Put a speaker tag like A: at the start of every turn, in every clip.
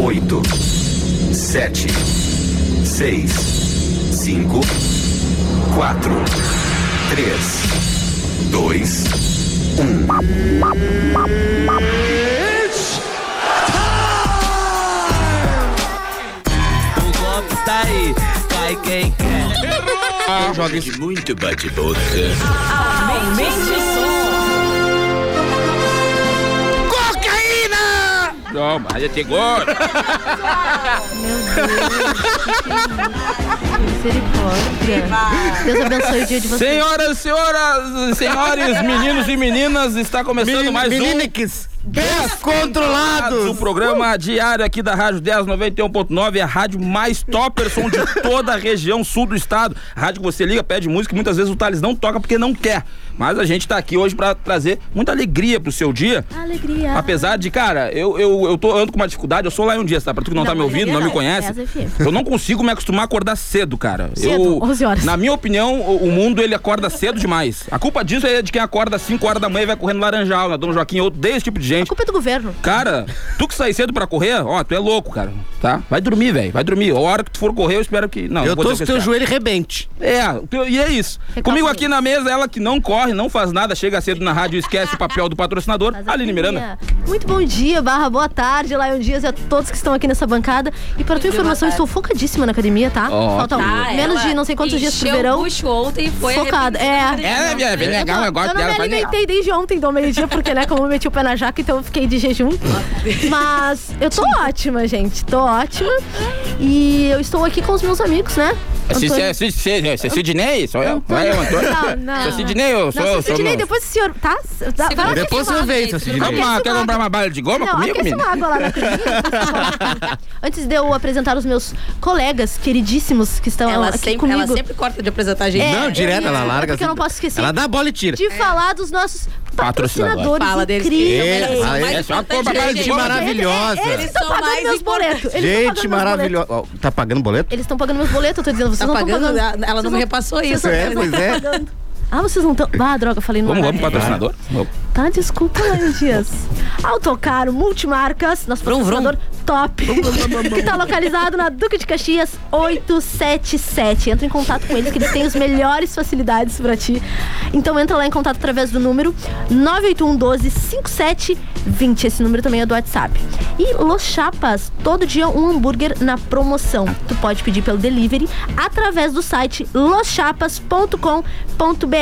A: oito, sete, seis, cinco, quatro, três, dois, um.
B: O golpe está tá aí, vai quem quer.
C: Joga isso.
B: Muito bate-boca.
D: Aumente o som.
C: Cocaína!
B: Não, mas até agora.
E: Meu Deus. que que é isso? Misericórdia. Deus abençoe o dia de vocês.
B: Senhoras, senhoras, senhores, meninos e meninas, está começando mais um.
C: Meniniques, descontrolados! Uh!
B: O programa diário aqui da Rádio 10 91.9 a rádio mais topperson de toda a região sul do estado. A rádio que você liga, pede música, e muitas vezes o Thales não toca porque não quer. Mas a gente tá aqui hoje pra trazer muita alegria pro seu dia.
E: Alegria.
B: Apesar de, cara, eu, eu, eu tô ando com uma dificuldade, eu sou lá um dia, tá? Pra tu que não,
E: Não,
B: tá me
E: mas é
B: ouvindo, não me
E: verdade,
B: conhece.
E: é as FM.
B: Eu não consigo me acostumar a acordar cedo, cara.
E: Cedo,
B: eu,
E: 11 horas.
B: Na minha opinião, o, o mundo ele acorda cedo demais. A culpa disso é de quem acorda às 5 horas da manhã e vai correndo laranjal, na Dom Joaquim, eu odeio esse tipo de
E: A
B: gente.
E: culpa é do governo.
B: Cara, tu que sai cedo pra correr, ó, tu é louco, cara, tá? Vai dormir, velho, vai dormir. A hora que tu for correr, eu espero que... Não,
C: Eu
B: não vou
C: tô
B: dizer
C: com
B: o
C: teu
B: que eu espero.
C: joelho rebente.
B: É, o teu- e é isso.
E: Recalculei.
B: Comigo aqui na mesa, ela que não corre, não faz nada, chega cedo na rádio e esquece o papel do patrocinador,
E: Mas
B: Aline
E: alegria.
B: Miranda.
E: Muito bom dia, barra, boa tarde, Lion Dias e a todos que estão aqui nessa bancada. E para tua informação, estou focadíssima na academia, tá?
B: Ó,
E: Falta
B: ótimo.
E: um- menos de não sei quantos dias pro verão.
D: o bucho ontem e foi
E: Focada,
D: arrependida.
E: é.
B: Ela é bem legal, eu gosto
E: não
B: dela.
E: me alimentei desde ontem do meio-dia, porque, né, como eu meti o pé na jaca, então eu fiquei de jejum. Mas eu tô ótima, gente. Tô ótima. E eu estou aqui com os meus amigos, né? Antônio-
B: Você é Sidney? Sou eu?
E: Antônio-
B: Vai, Antônio.
E: Não, não.
B: Sou Sidney, eu sou
E: Não,
B: eu.
E: seu Sidney, depois o senhor. Tá? Dá- vai
D: Segura um
E: lá-
C: Depois
D: pouquinho
C: você
D: mais,
C: vê,
D: Pedro.
C: seu Sidney.
E: Aquece uma
B: quer
E: água.
B: comprar uma bala de goma
E: Não,
B: comigo,
E: aquece
B: menino?
E: uma água lá na cozinha. Antes de eu apresentar os meus colegas queridíssimos que estão
D: Ela
E: aqui
D: sempre,
E: comigo.
D: ela sempre corta de apresentar a gente.
E: É,
C: não, direto,
E: eu-
C: ela
E: é
C: larga.
E: porque eu não
F: assim.
E: posso esquecer.
C: Ela dá a bola e tira.
E: De falar dos nossos
B: Patrocinadores.
E: patrocinadores
D: É. Fala deles.
C: É,
E: incríveis.
C: fala-
B: é só compra
D: pra
B: bala de
C: Gente maravilhosa.
E: Eles estão
D: São
E: pagando
D: mais
E: meus boletos. Eles tão pagando
C: Gente
E: meus boletos.
C: maravilhosa. Ó, Tá pagando boleto?
E: Eles estão pagando meus boletos, eu tô dizendo, vocês
D: Tá
E: não estão
D: pagando?
E: pagando.
D: Ela não me repassou isso.
C: É, pois é.
E: Ah, vocês não estão. Ah, droga, falei no
B: Vamos,
E: horário.
B: vamos, patrocinador. Vamos.
E: Tá, desculpa, Lion Dias. Autocar Multimarcas, nosso
D: Vrum, vrum.
E: patrocinador top, que tá localizado na Duque de Caxias 877. Entra em contato com eles, que eles têm as melhores facilidades pra ti. Então entra lá em contato através do número 981 12 5720. Esse número também é do WhatsApp. E Los Chapas, todo dia um hambúrguer na promoção. Tu pode pedir pelo delivery através do site loschapas.com.br.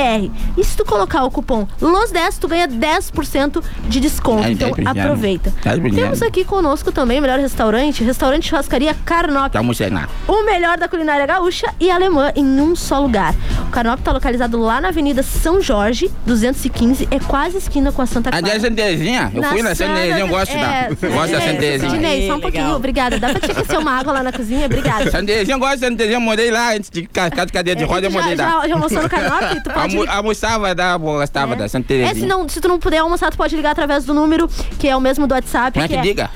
E: E se tu colocar o cupom LOS10, tu ganha 10% de desconto.
B: Ai,
E: Então
B: vai brilhar.
E: aproveita.
B: Vai brilhar.
E: Temos aqui conosco também o melhor restaurante, restaurante churrascaria Carnop.
B: Tá almoçando.
E: O melhor da culinária gaúcha e alemã em um só lugar. O Carnop está localizado lá na Avenida São Jorge, 215, é quase esquina com a Santa
F: Tá
E: Clara.
B: A da Santezinha, eu fui na Santezinha, eu
E: é,
B: gosto de dar. Eu Gosto da Santezinha.
E: Sidney, só um
D: Aí,
E: pouquinho,
D: legal.
E: obrigada. Dá pra te aquecer uma água lá na cozinha? Obrigada.
B: Santezinha, eu gosto da Santezinha, eu morei lá antes de ficar de cadeira de roda, eu
E: já,
B: morei lá.
E: já, já almoçou no Carnop? Tu pode...
B: Almo- Ah, Almoçava da, eu gostava da
E: É, se,
B: Santezinha.
E: não, se tu não puder almoçar, tu pode ligar através do número, que é o mesmo do WhatsApp.
B: Como é que liga?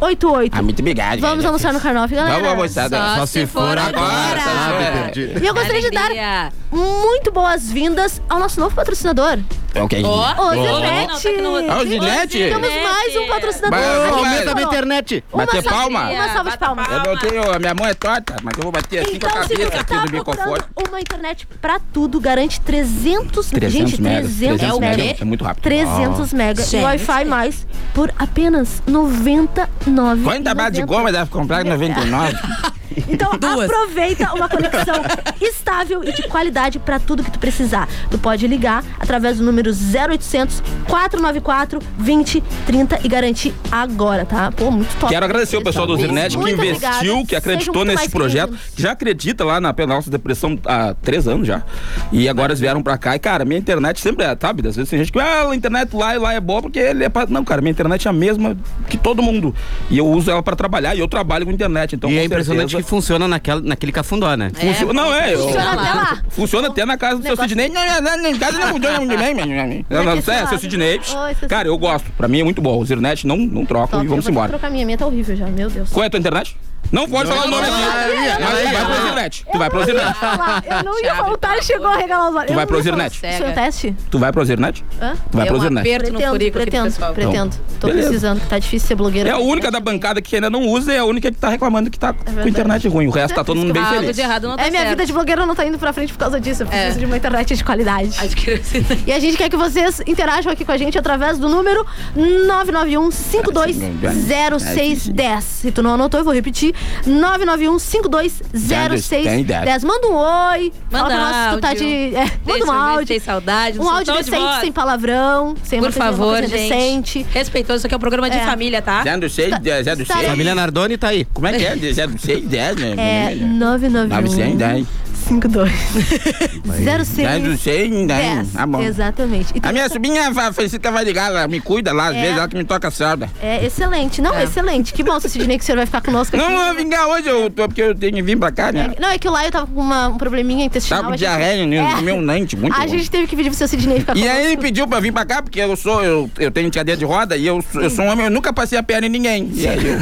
E: 984-09-1488.
B: Ah, muito obrigado.
E: Vamos
B: galera.
E: almoçar no Carnop, galera.
B: Vamos almoçar.
D: Só
B: Só
D: se for agora.
F: É.
C: Sabe, perdido.
E: E eu gostaria de dar
D: Alegria.
E: muito boas-vindas ao nosso novo patrocinador,
B: Ok.
D: Ó,
E: Ô,
D: ó,
E: Zilete.
D: não, tá aqui no- É,
B: Ó, Zilete.
E: Temos
D: Zilete.
E: mais um patrocinador.
B: Mas,
E: aqui,
B: mas-
C: Aumenta
E: Paulo.
C: na internet.
E: Uma
B: Bater
E: salva-
B: palma?
E: Uma salva de palmas.
B: Eu não tenho, a minha mão é torta, mas eu vou bater assim com a
E: Então, se
B: cabeça
E: você
B: aqui
E: tá
B: do microfone.
E: procurando uma internet pra tudo, garante 300...
B: 300
E: gente,
B: megas,
E: 300
B: 300
E: megas.
B: megas, é muito rápido.
E: 300 megas. E
D: Gente.
E: Wi-Fi mais por apenas 99.
B: Quanta bala de goma deve comprar em 99?
E: Então
D: Duas.
E: aproveita uma conexão estável e de qualidade para tudo que tu precisar. Tu pode ligar através do número 0800 494 2030 e garantir agora, tá? Pô, muito top.
B: Quero agradecer o pessoal do
E: Muito
B: Zernet que
E: obrigada.
B: investiu, que
E: Sejam
B: acreditou
E: muito
B: nesse
E: mais
B: projeto,
E: queridos.
B: que já acredita lá na nossa depressão há três anos já. E agora eles vieram pra cá e, cara, minha internet sempre é, sabe? Às vezes tem gente que, ah, a internet lá e lá é boa porque ele é pra... Não, cara, minha internet é a mesma que todo mundo. E eu uso ela pra trabalhar e eu trabalho com internet, então
C: E
B: com
C: é impressionante que
B: certeza,
C: funciona naquela, naquele cafundó, né?
B: Funciona, não, é. eu-
E: Funciona até lá.
B: Funciona até na casa do seu
E: Negócio.
B: Sidney. Não, não, não, não, Em casa não funciona muito bem, meu amigo. Não, não,
E: Vai ter
B: sério, seu
E: suado.
B: Sidney.
E: Oi, seu
B: Cara, eu gosto. Pra mim é muito bom. O Zernet não, não troco
E: Top,
B: e
E: eu vou
B: vamos
E: ter que
B: embora.
E: trocar minha, minha tá horrível já, meu Deus.
B: Qual é a tua internet? Não pode falar o nome
F: não,
B: aqui.
F: não, não,
B: Mas
F: não,
B: tu vai
F: não.
B: pro Zirnet. Tu vai pro Zirnet.
E: falar. Eu não ia
D: Thiago,
E: falar. O Thales chegou a regalar os olhos.
B: Tu
E: Eu
B: vai
E: não
B: pro
E: ia falar.
B: Zirnet?
E: Isso é um teste?
B: Tu vai pro Zirnet?
E: Hã?
B: Tu vai
D: Deu
B: pro
D: um
B: Zirnet.
D: aperto no furico aqui,
E: pretendo,
D: pessoal.
E: pretendo. Tô
B: Beleza.
E: precisando, que tá difícil ser blogueira.
B: É a única da bancada que ainda não usa e é a única que tá reclamando que tá com
E: É verdade.
B: internet ruim. O resto tá todo mundo bem
D: Ah, Algo
B: feliz.
D: de errado não tá
E: É, minha
D: certo.
E: vida de blogueira não tá indo pra frente por causa disso. Eu preciso
D: É.
E: de uma internet de qualidade.
D: Acho que
E: E a gente quer que vocês interajam aqui com a gente através do número 991-520610. Se tu não anotou, eu vou repetir. 991-520610. Manda um oi. fala
D: Manda
E: pra nós se tu tá
D: áudio.
E: de... é, manda um
D: Tem
E: áudio.
D: saudade.
E: Um
D: não sou
E: áudio
D: tão de
E: decente,
D: voz.
E: sem palavrão. Sem uma
D: Por
E: coisa- uma
D: favor,
E: coisa
D: gente.
E: decente.
D: Respeitoso, isso aqui é um programa de
E: É.
D: família, tá?
B: Zé do seis, Zé- Zé do
E: Estarei-
B: seis.
F: Família Nardoni tá aí.
B: Como é que é? Zé do seis, Zé, né?
E: É 991
B: 910.
E: 52
B: Zé do
E: 06
B: seis, né?
E: 10.
B: Tá bom.
E: Exatamente. E tu
B: A minha sobrinha, a Francisca, vai ligar, ela me cuida lá, às
E: É.
B: vezes ela que me toca a salda.
E: É excelente. Não, excelente. Que bom, seu Sidney, que o senhor vai ficar conosco aqui.
B: Não vou vingar hoje, eu tô, porque eu tenho que vir pra cá, né?
E: É, Não, é que lá eu tava com uma- um probleminha intestinal.
B: Tava com
E: a gente-
B: diarreia, né?
E: É.
B: Eu comi um nante muito
E: A
B: bom.
E: gente teve que pedir pro seu Sidney ficar
B: E
E: conosco.
B: aí ele pediu pra vir pra cá, porque eu sou, eu, eu tenho cadeia de roda e eu, sou- eu sou um homem, eu nunca passei a perna em ninguém. E aí eu,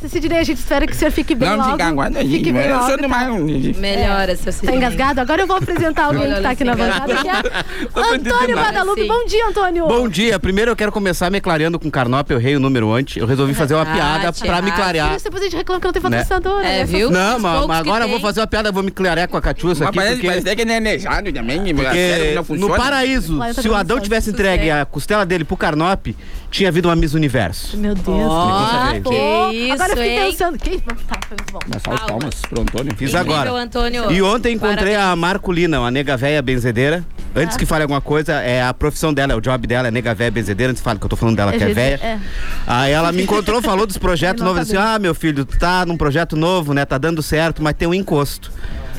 E: Seu Sidney, a gente espera que o senhor fique bem
B: não,
E: logo.
B: fica aguarda aí. né?
E: Fique bem
B: Eu
E: logo.
B: sou demais. um
D: Melhora, seu
E: Tá
D: Sidney.
E: engasgado? Agora eu vou apresentar alguém que tá aqui na bancada, que é
B: Tô
E: Antônio
B: entendendo nada.
E: Guadalupe.
D: Sim.
E: Bom dia, Antônio.
F: Bom dia. Primeiro eu quero começar me clareando com Carnop, eu rei o número antes. Eu resolvi fazer uma
D: Ah,
F: piada pra
D: Thiago.
F: me clarear.
E: Por isso depois a gente reclama que não tem
F: Né?
E: patrocinadora.
D: É,
E: né?
D: viu?
F: Não,
D: Os
F: mas,
D: poucos
F: mas
D: que
F: agora eu vou
D: tem.
F: fazer uma piada, vou me clarear com a Catiúça
B: Mas
F: aqui.
B: parece,
F: porque-
B: parece até que ele é nejado também, porque
F: Porque
B: é não funciona.
F: no paraíso,
E: Olha, tá
F: se o
E: dando
F: Adão
E: sorte.
F: tivesse entregue a costela dele pro Carnop, tinha havido uma Miss Universo.
E: Meu Deus.
D: Ó,
E: que
D: que
E: bom. Agora eu
D: isso,
E: fiquei
D: hein?
E: pensando. Quem? Tá, foi muito bom.
B: Dá só os palmas pro Antônio.
F: Fiz
D: Incrível,
F: agora.
D: Antônio.
F: E ontem encontrei a Marculina, uma nega véia benzedeira.
E: Ah.
F: Antes que fale alguma coisa, é a profissão dela, é o job dela, é nega véia benzedeira. Antes que fale que eu tô falando dela,
E: É
F: que é
E: jeito-
F: véia.
E: é.
F: Aí ela me encontrou, falou dos projetos
E: Eu não
F: novos. Assim,
E: sabia.
F: ah, meu filho, tu tá num projeto novo, né? Tá dando certo, mas tem um encosto.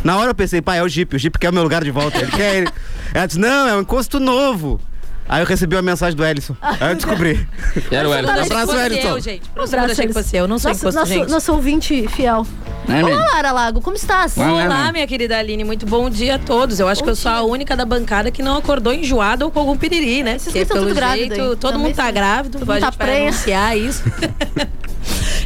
F: Na hora eu pensei, pai, é o Jeep, o Jeep quer o meu lugar de volta. Ele quer ele. Ela disse, não, é um encosto novo. Aí eu recebi uma mensagem do Ellison. Aí eu descobri.
B: Quero ele.
D: Não, achei que
F: Abraço,
D: fosse
F: Wellington.
D: eu, gente.
E: Um
D: Por isso que eu
E: abraço,
D: achei que
E: Alice.
D: fosse eu. Não sou
E: nosso,
D: encosto,
E: nosso,
D: gente.
E: nosso ouvinte fiel.
B: É,
E: Olá,
B: menino?
E: Lara Lago, como estás?
B: Olá.
D: Olá,
B: né?
D: minha querida Aline. Muito bom dia a todos. Eu acho que eu sou a única da bancada que não acordou enjoada ou com algum piriri, né?
E: Vocês
D: Porque
E: estão
D: pelo
E: tudo grávido
D: jeito,
E: aí.
D: todo
E: Também
D: mundo tá
E: sim.
D: grávido.
E: Todo mundo
D: a
E: tá
D: gente vai
E: prenha.
D: anunciar isso.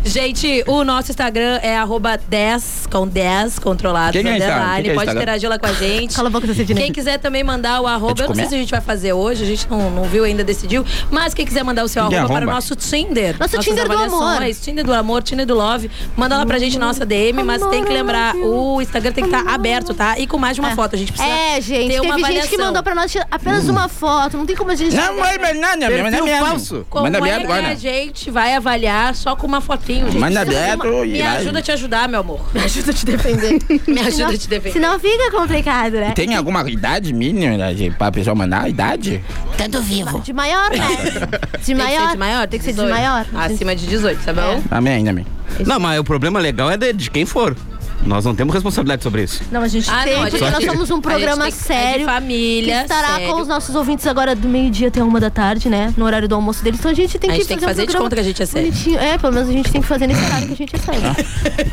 D: Gente, o nosso Instagram é arroba 10 com 10 controlado.
B: Quem é
D: underline.
B: Instagram? Quem que é
D: Pode
B: Instagram?
D: interagir lá com a gente.
E: Cala a boca, seu Sidney.
D: Quem quiser também mandar o arroba, eu não sei
B: É comer?
D: se a gente vai fazer hoje, a gente não, não viu ainda, decidiu. Mas quem quiser mandar o seu
B: Que
D: arroba para o
B: arromba?
D: nosso Tinder.
E: Nosso
D: nossas
E: Tinder do amor.
D: avaliações, Tinder do amor, Tinder do love, manda lá pra gente nossa DM, mas tem que lembrar, o Instagram tem que estar aberto, tá? E com mais de uma foto, a gente precisa
E: É, gente,
D: ter
E: teve
D: uma avaliação.
E: gente que mandou pra nós tirar apenas uma foto. Não tem como a gente.
B: Não, mãe, mas nada, minha mãe
F: Perfil
B: é
F: falso.
D: Como
B: Manda
D: é
B: aberto
D: que
B: agora.
D: a gente vai avaliar só com uma fotinho, gente?
B: Manda
D: Precisa de uma-
B: aberto e
D: Me
B: vai.
D: ajuda a te ajudar, meu amor.
E: Me ajuda a te defender.
D: Me ajuda a te
E: Senão-
D: defender.
E: Senão fica complicado, né?
B: Tem alguma idade mínima né, de- pra pessoa mandar? Idade?
D: Tanto vivo.
E: De maior, né? De
D: Tem que ser
E: maior.
D: de maior?
E: Tem que ser de maior. É.
D: Acima de 18, tá bom?
B: Amém, amém.
F: Não, mas o problema legal é de, de quem for. Nós não temos responsabilidade sobre isso.
E: Não, a gente
D: Ah,
E: tem,
D: não, a
E: porque
D: gente-
E: nós somos um
D: a
E: programa
D: gente tem que- é
E: sério.
D: de família,
E: que estará
D: sério.
E: com os nossos ouvintes agora do meio-dia até uma da tarde, né? No horário do almoço deles. Então a gente tem
D: A
E: que
D: gente tem que fazer
E: um
D: de
E: programa
D: conta que a gente é sério.
E: bonitinho. É, pelo menos a gente tem que fazer nesse horário que a gente é sério.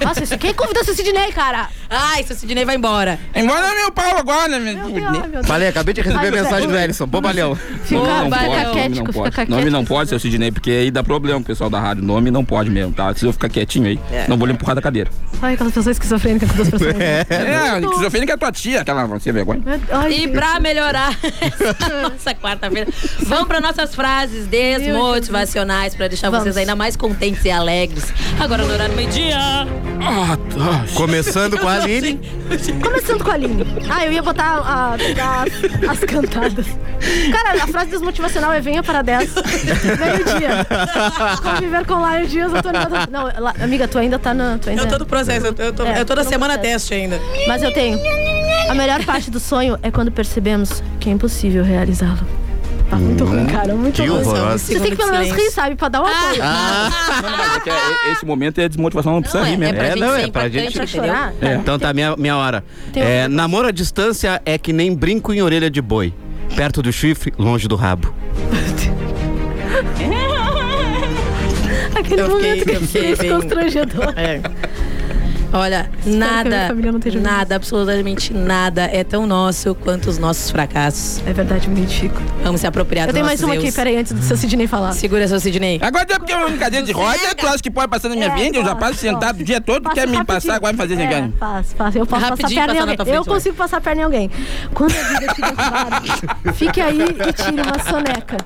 E: Nossa, isso, quem convidou seu Sidney, cara?
D: Ai, seu Sidney vai embora.
B: Embora meu pau agora, né, meu.
E: Meu Deus, meu Deus.
F: Falei, acabei de receber
E: Ai,
F: a mensagem do Ellison. Bobalhão.
E: Fica,
D: Não,
E: fica
D: não pode,
E: caquético,
B: não
E: fica
B: pode.
E: caquético.
B: Nome não pode ser o Sidney, porque aí dá problema, pessoal da rádio. Nome não pode mesmo, tá? Se eu ficar quietinho aí, não vou lhe empurrar da cadeira.
E: Ai, aquelas pessoas esquizofrênicas com duas pessoas. né?
B: É, é esquizofrênica é tua tia, aquela você vergonha.
E: Ai,
D: E pra melhorar essa nossa quarta-feira, vamos para nossas frases desmotivacionais para deixar
E: Vamos.
D: vocês ainda mais contentes e alegres. Agora no horário do meio-dia.
B: Ah, tá.
F: Começando com a Aline.
E: Começando é com a Aline. Ah, eu ia botar a- as, as cantadas. Cara, a frase desmotivacional é venha para 10. Meio-dia. Conviver com Laio Dias, Antônio Guadalupe. Não, La- amiga, tu ainda tá na. Tu ainda...
G: Eu tô no processo, eu tô, eu tô,
E: É,
G: eu tô na
E: tô no
G: semana
E: processo.
G: teste ainda.
E: Mas eu tenho. A melhor parte do sonho é quando percebemos que é impossível realizá-lo. Tá muito ruim, cara. Muito
F: Que
E: ruim.
F: horroroso.
E: Você tem que pelo menos rir, sabe? Pra dar um apoio.
B: Porque é- esse momento é desmotivação, não precisa
D: Não, é,
B: rir
D: é
B: mesmo.
D: pra
F: É,
D: gente
F: não,
D: ser
F: é pra
D: impactante,
F: gente-
E: Pra
D: entendeu?
E: chorar.
B: É.
F: Então tá minha, minha hora.
E: Tem
F: É,
E: outra
F: namoro à distância é que nem brinco em orelha de boi. Perto do chifre, longe do rabo.
E: Aquele
G: Eu fiquei-
E: momento que
G: eu fiquei
E: é
G: bem-
E: constrangedor.
G: É.
D: Olha,
E: que a minha
D: nada,
E: família não esteja ouvindo
D: nada, absolutamente nada é tão nosso quanto os nossos fracassos.
E: É verdade, eu me identifico.
D: Vamos se apropriar
E: Eu
D: dos
E: tenho mais
D: nossos
E: uma aqui,
D: eus.
E: peraí, antes do seu Sidney falar.
D: Segura, seu Sidney.
B: Agora é porque é uma brincadeira de roda, tu acha que pode passar na minha
E: É,
B: vida, eu já
E: pode,
B: passo
E: pode.
B: sentado o dia todo, tu
E: Passa
B: quer me
E: rapidinho.
B: passar, agora me fazer
E: É,
B: sem
E: faz, faz. Eu posso
D: Rapidinho
E: passar a perna em
D: passar na
E: alguém.
D: tua frente,
E: eu
D: vai.
E: consigo passar a perna em alguém. Quando a vida te derrubar, fique aí e tire uma soneca.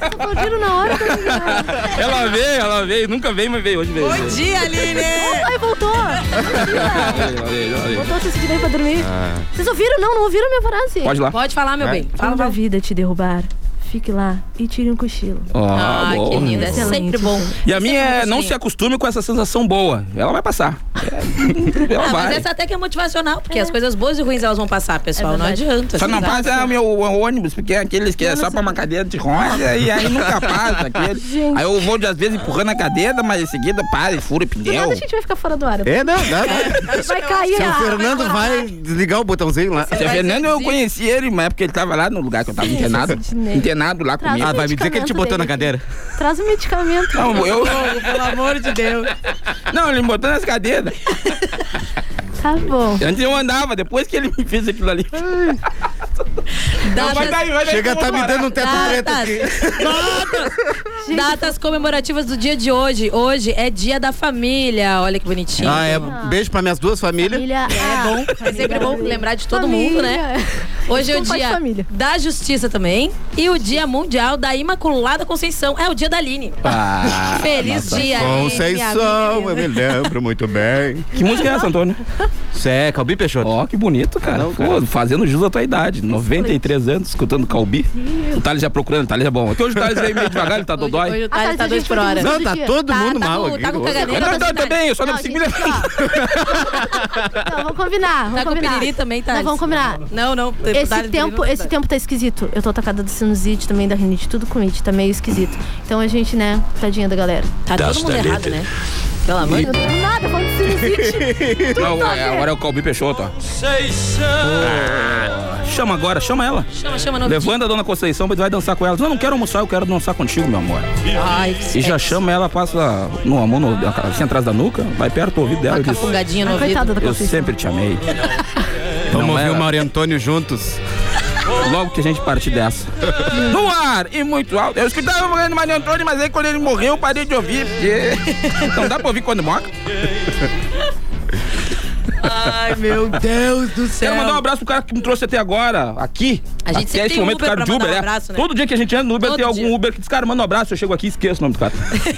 E: Aplaudiram na hora que eu me virava.
B: Ela veio, ela veio, nunca veio, mas veio hoje veio.
D: Bom dia, Aline!
E: Ai, voltou!
B: Ela veio, ela veio.
E: Voltou seu Sidney pra dormir. Vocês ouviram? Não, não ouviram a minha frase?
B: Ah. Pode ir lá.
D: Pode falar, meu
B: É.
D: bem. Fala,
E: Quando a
D: fala.
E: vida te derrubar, fique lá e tire um cochilo.
B: Ah,
D: Ah, que
B: boa.
D: linda. É
E: Excelente.
D: sempre bom.
B: E a minha é
D: Sempre
B: não
D: bom,
B: se
D: Sidney.
B: acostume com essa sensação boa. Ela vai passar. É, Ela
D: Ah, mas
B: vai.
D: essa até que é motivacional, porque as coisas boas e ruins elas vão passar, pessoal.
E: É
D: não
E: verdade.
D: adianta.
B: Só não é,
D: assim,
B: passa o meu ônibus, porque é aqueles que é só pra uma cadeira de roda e aí nunca passa aquele.
E: Gente.
B: Aí eu vou de às vezes empurrando a cadeira, mas em seguida para e fura o
E: Do
B: pneu.
E: nada a gente vai ficar fora do ar.
C: É, não, não.
E: Vai cair
C: Seu
E: a-
C: Fernando vai desligar o botãozinho lá.
B: Seu
D: Vai
B: Fernando,
D: ser
B: eu
D: vizinho.
B: conheci ele, mas é porque ele tava lá no lugar que eu tava internado.
E: Sidney.
B: Internado lá
F: Ah,
E: Traz
B: comigo.
E: o
C: vai me dizer que ele te
E: medicamento
C: botou na
E: dele.
C: cadeira.
E: Traz o medicamento.
B: Não, eu,
D: Pelo amor de Deus.
B: não, ele me botou nas cadeiras.
E: Tá bom.
B: Antes eu andava, depois que ele me fez aquilo ali.
D: Datas,
B: vai
C: Chega, tá me dando um teto preto aqui.
D: datas, datas, datas comemorativas do dia de hoje. Hoje é dia da família. Olha que bonitinho.
C: Ah, é. um Beijo pra minhas duas famílias.
E: Família
D: É bom, é sempre bom lembrar de todo mundo, né? Hoje é o
E: Então, pai de
D: dia
E: família.
D: da justiça também e o dia mundial da Imaculada Conceição. É o dia da Aline.
B: Ah, é
D: Feliz dia, Aline. minha
C: Conceição, eu me
D: amiga.
C: lembro muito bem.
B: que música é essa, Antônio?
C: Cé,
F: é
C: Calbi Peixoto.
B: Ó, que bonito, cara.
C: Não,
B: Pô,
C: cara.
B: fazendo jus à tua idade. 93 anos, escutando Calbi. O Thales já procurando, o Thales é bom. Porque hoje o Thales veio meio devagar, ele tá
D: Hoje,
B: dodói.
D: hoje o Thales
E: Ah,
D: tá
E: tá,
D: dois
E: gente,
D: por
E: muito
D: hora.
E: bom.
C: Não, tá
E: dia.
C: todo
D: Tá-
C: mundo
D: tá
C: mal
D: com-
C: aqui.
D: tá com
C: hoje.
D: caganeira.
B: Eu não, eu também, eu só não
E: Não,
B: consigo me
E: gente,
B: levantar.
E: Não, vamos combinar. Vamos
D: Tá com o
E: combinar.
D: piriri também, tá?
E: Não, vamos combinar.
D: Não, não.
E: Esse tempo, esse tempo tá esquisito. Eu tô atacada do sinusite, também da rinite, tudo com it, tá meio esquisito. Então a gente, né, tadinha da galera.
D: Tá todo mundo errado, né? Pelo amor de
E: Eu não tenho nada falando de sinusite.
B: Não, é, agora é o Calbi Peixoto, ó. Ah, Chama agora, chama ela.
D: Chama, chama no
B: Levanta a dona Conceição, mas vai dançar com ela. Não, não quero almoçar, eu quero dançar contigo, meu amor.
D: Ai,
B: E já chama ela, passa no amor, no, assim atrás da nuca, vai perto do ouvido dela e diz:
D: Cafungadinha no
E: Ah, Coitada
D: ouvido.
E: da
B: Eu
E: Conceição.
B: sempre te amei.
C: Vamos
B: Não é
C: ouvir
B: era.
C: o Mauro Antônio juntos.
B: Logo que a gente partir dessa. No ar e muito alto. Eu escutava o programa do Maria Antônio, mas aí quando ele morreu, eu parei de ouvir. Porque... Não dá pra ouvir quando morre.
D: Ai, meu Deus do céu.
B: Quero mandar um abraço pro cara que me trouxe até agora, aqui.
D: Então. A gente
B: até
D: sempre
B: esse
D: tem um
B: momento,
D: Uber
B: o cara
D: pra
B: de
D: mandar
B: Uber,
D: um
B: é.
D: abraço, né?
B: Todo dia que a gente anda no Uber,
D: Todo
B: tem algum
D: dia.
B: Uber que diz, cara, manda um abraço, eu chego aqui e esqueço o nome do cara.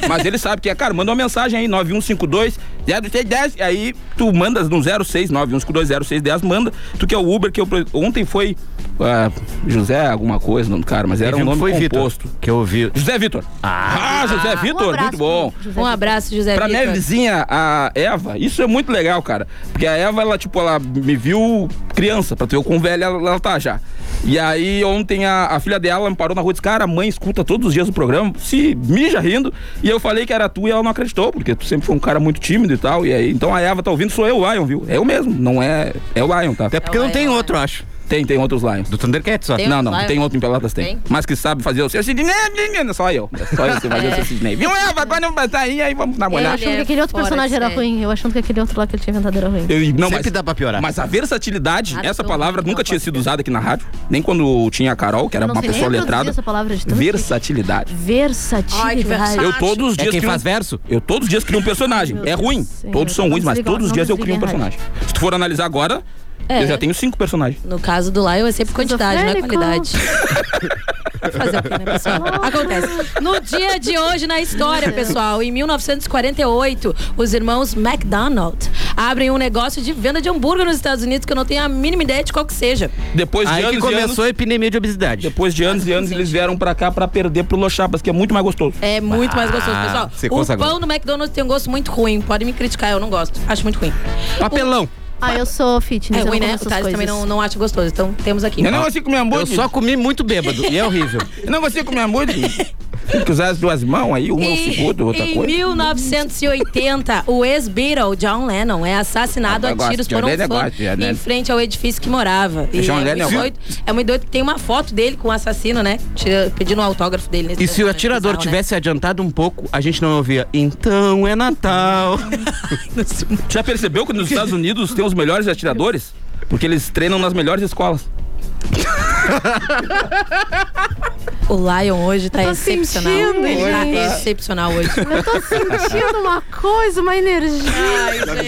B: Mas ele sabe que é, cara, manda uma mensagem aí, 9152 0610, e aí tu mandas no 06 9152 0610, manda, tu que é o Uber, que eu, ontem foi ah, José alguma coisa, o nome do cara, mas era um
C: Teve
B: nome
C: Vitor,
B: composto.
C: Que eu ouvi.
B: José Vitor. Ah, José
E: Um
B: Vitor,
E: abraço,
B: muito bom.
E: José.
D: Um abraço, José
B: Pra minha
D: Vitor.
B: vizinha, a Eva, isso é muito legal, cara. Porque a Eva, ela, tipo, ela me viu criança, pra tu ver o quão velha ela, ela tá já. E aí, ontem, a, a filha dela me parou na rua e disse, cara, a mãe escuta todos os dias o programa, se mija rindo. E eu falei que era tu e ela não acreditou, porque tu sempre foi um cara muito tímido e tal. E aí, então a Eva tá ouvindo, sou eu o Lion, viu? É eu mesmo, não é... É o Lion, tá?
C: Até porque não
D: Ela
C: tem
D: é-
C: outro, acho.
B: Tem, tem outros Lions.
C: Do Thundercats,
F: Ah,
C: só.
D: Tem
B: não,
D: outro
B: não,
D: Lion?
B: tem outro em Pelotas, tem.
D: Tem?
B: Mas que sabe fazer o seu Sidney, né, só eu. É Só eu que fazer o seu Sidney. Viu, Eva? Agora vamos passar aí, aí vamos
E: Eu
B: namorar.
D: Ele
E: achando
D: é
E: que aquele outro
D: fora de
E: personagem era
D: série.
E: ruim. Eu achando que aquele outro lá que ele tinha inventado era ruim.
B: Eu, não,
C: Sempre
B: mas,
C: dá pra piorar.
B: Mas a versatilidade,
D: Ah,
B: essa
D: tô-
B: palavra
D: tô-
B: nunca
D: tô-
B: tinha sido usada aqui na rádio, nem quando tinha a Carol, que era
E: Eu não
B: uma
E: sei nem
B: pessoa
E: reproduzir
B: letrada.
E: essa palavra de tanto
B: Versatilidade.
D: Ai, que
E: Versatilidade.
D: versátil.
B: Eu todos os
C: É
B: dias
C: quem
B: crio- um
C: faz verso?
B: Eu todos os dias crio um personagem.
E: Meu
B: É
E: Deus
B: ruim.
E: do céu.
B: Todos são
E: Não
B: ruins, mas
E: desliga-
B: todos os
E: não
B: dias eu crio um
E: desliga a rádio.
B: personagem. Se tu for analisar agora,
D: É.
B: eu já tenho cinco personagens.
D: No caso do Lion é sempre quantidade, não é qualidade. Fazer o quê, né, pessoal? Acontece. No dia de hoje na história, pessoal, em 1948, os irmãos McDonald abrem um negócio de venda de hambúrguer nos Estados Unidos que eu não tenho a mínima ideia de qual que seja.
B: Depois de
C: Aí que
B: anos e anos,
C: começou a epidemia de obesidade.
B: depois de anos e anos eles vieram pra cá pra perder pro Los Chapas, que é muito mais gostoso.
D: É muito mais gostoso,
B: Ah,
D: pessoal.
C: você
D: o
C: consagrou.
D: pão do McDonald's tem um gosto muito ruim. Pode me criticar, eu não gosto. Acho muito ruim.
C: Papelão.
E: Ah, eu sou
D: É
E: fitness. eu
D: ruim,
E: não como
D: né? O
E: essas
D: Thales também
E: coisas.
D: não, não acha gostoso. Então temos aqui.
E: Ah,
B: Eu não consigo comer
C: Eu
B: hambúrguer.
C: só comi muito bêbado. e é horrível.
B: Eu não consigo comer hambúrguer. Tem que usar as duas mãos aí, uma
D: E-
B: segura, outra
D: em
B: coisa.
D: 1980, o ex-Beatle John Lennon é assassinado
B: Eu
D: a
B: gosto,
D: tiros
B: Ah, John
D: por um
B: Lennon eu
D: fã
B: gosto, John Lennon.
D: em frente ao edifício que morava. E
B: John
D: é,
B: Lennon eu
D: muito
B: gosto.
D: doido, é muito doido que tem uma foto dele com o assassino, né? Tira- pedindo um autógrafo dele. nesse
C: E se o
D: restaurante
C: atirador
D: bizarro, né?
C: tivesse adiantado um pouco, a gente não ouvia. Então é Natal.
B: Já percebeu que nos Estados Unidos tem os melhores atiradores? Porque eles treinam nas melhores escolas.
D: O Lion hoje tá
E: Eu tô
D: excepcional.
E: sentindo,
D: Ele tá
E: gente.
D: excepcional hoje.
E: Eu tô sentindo uma coisa, uma energia.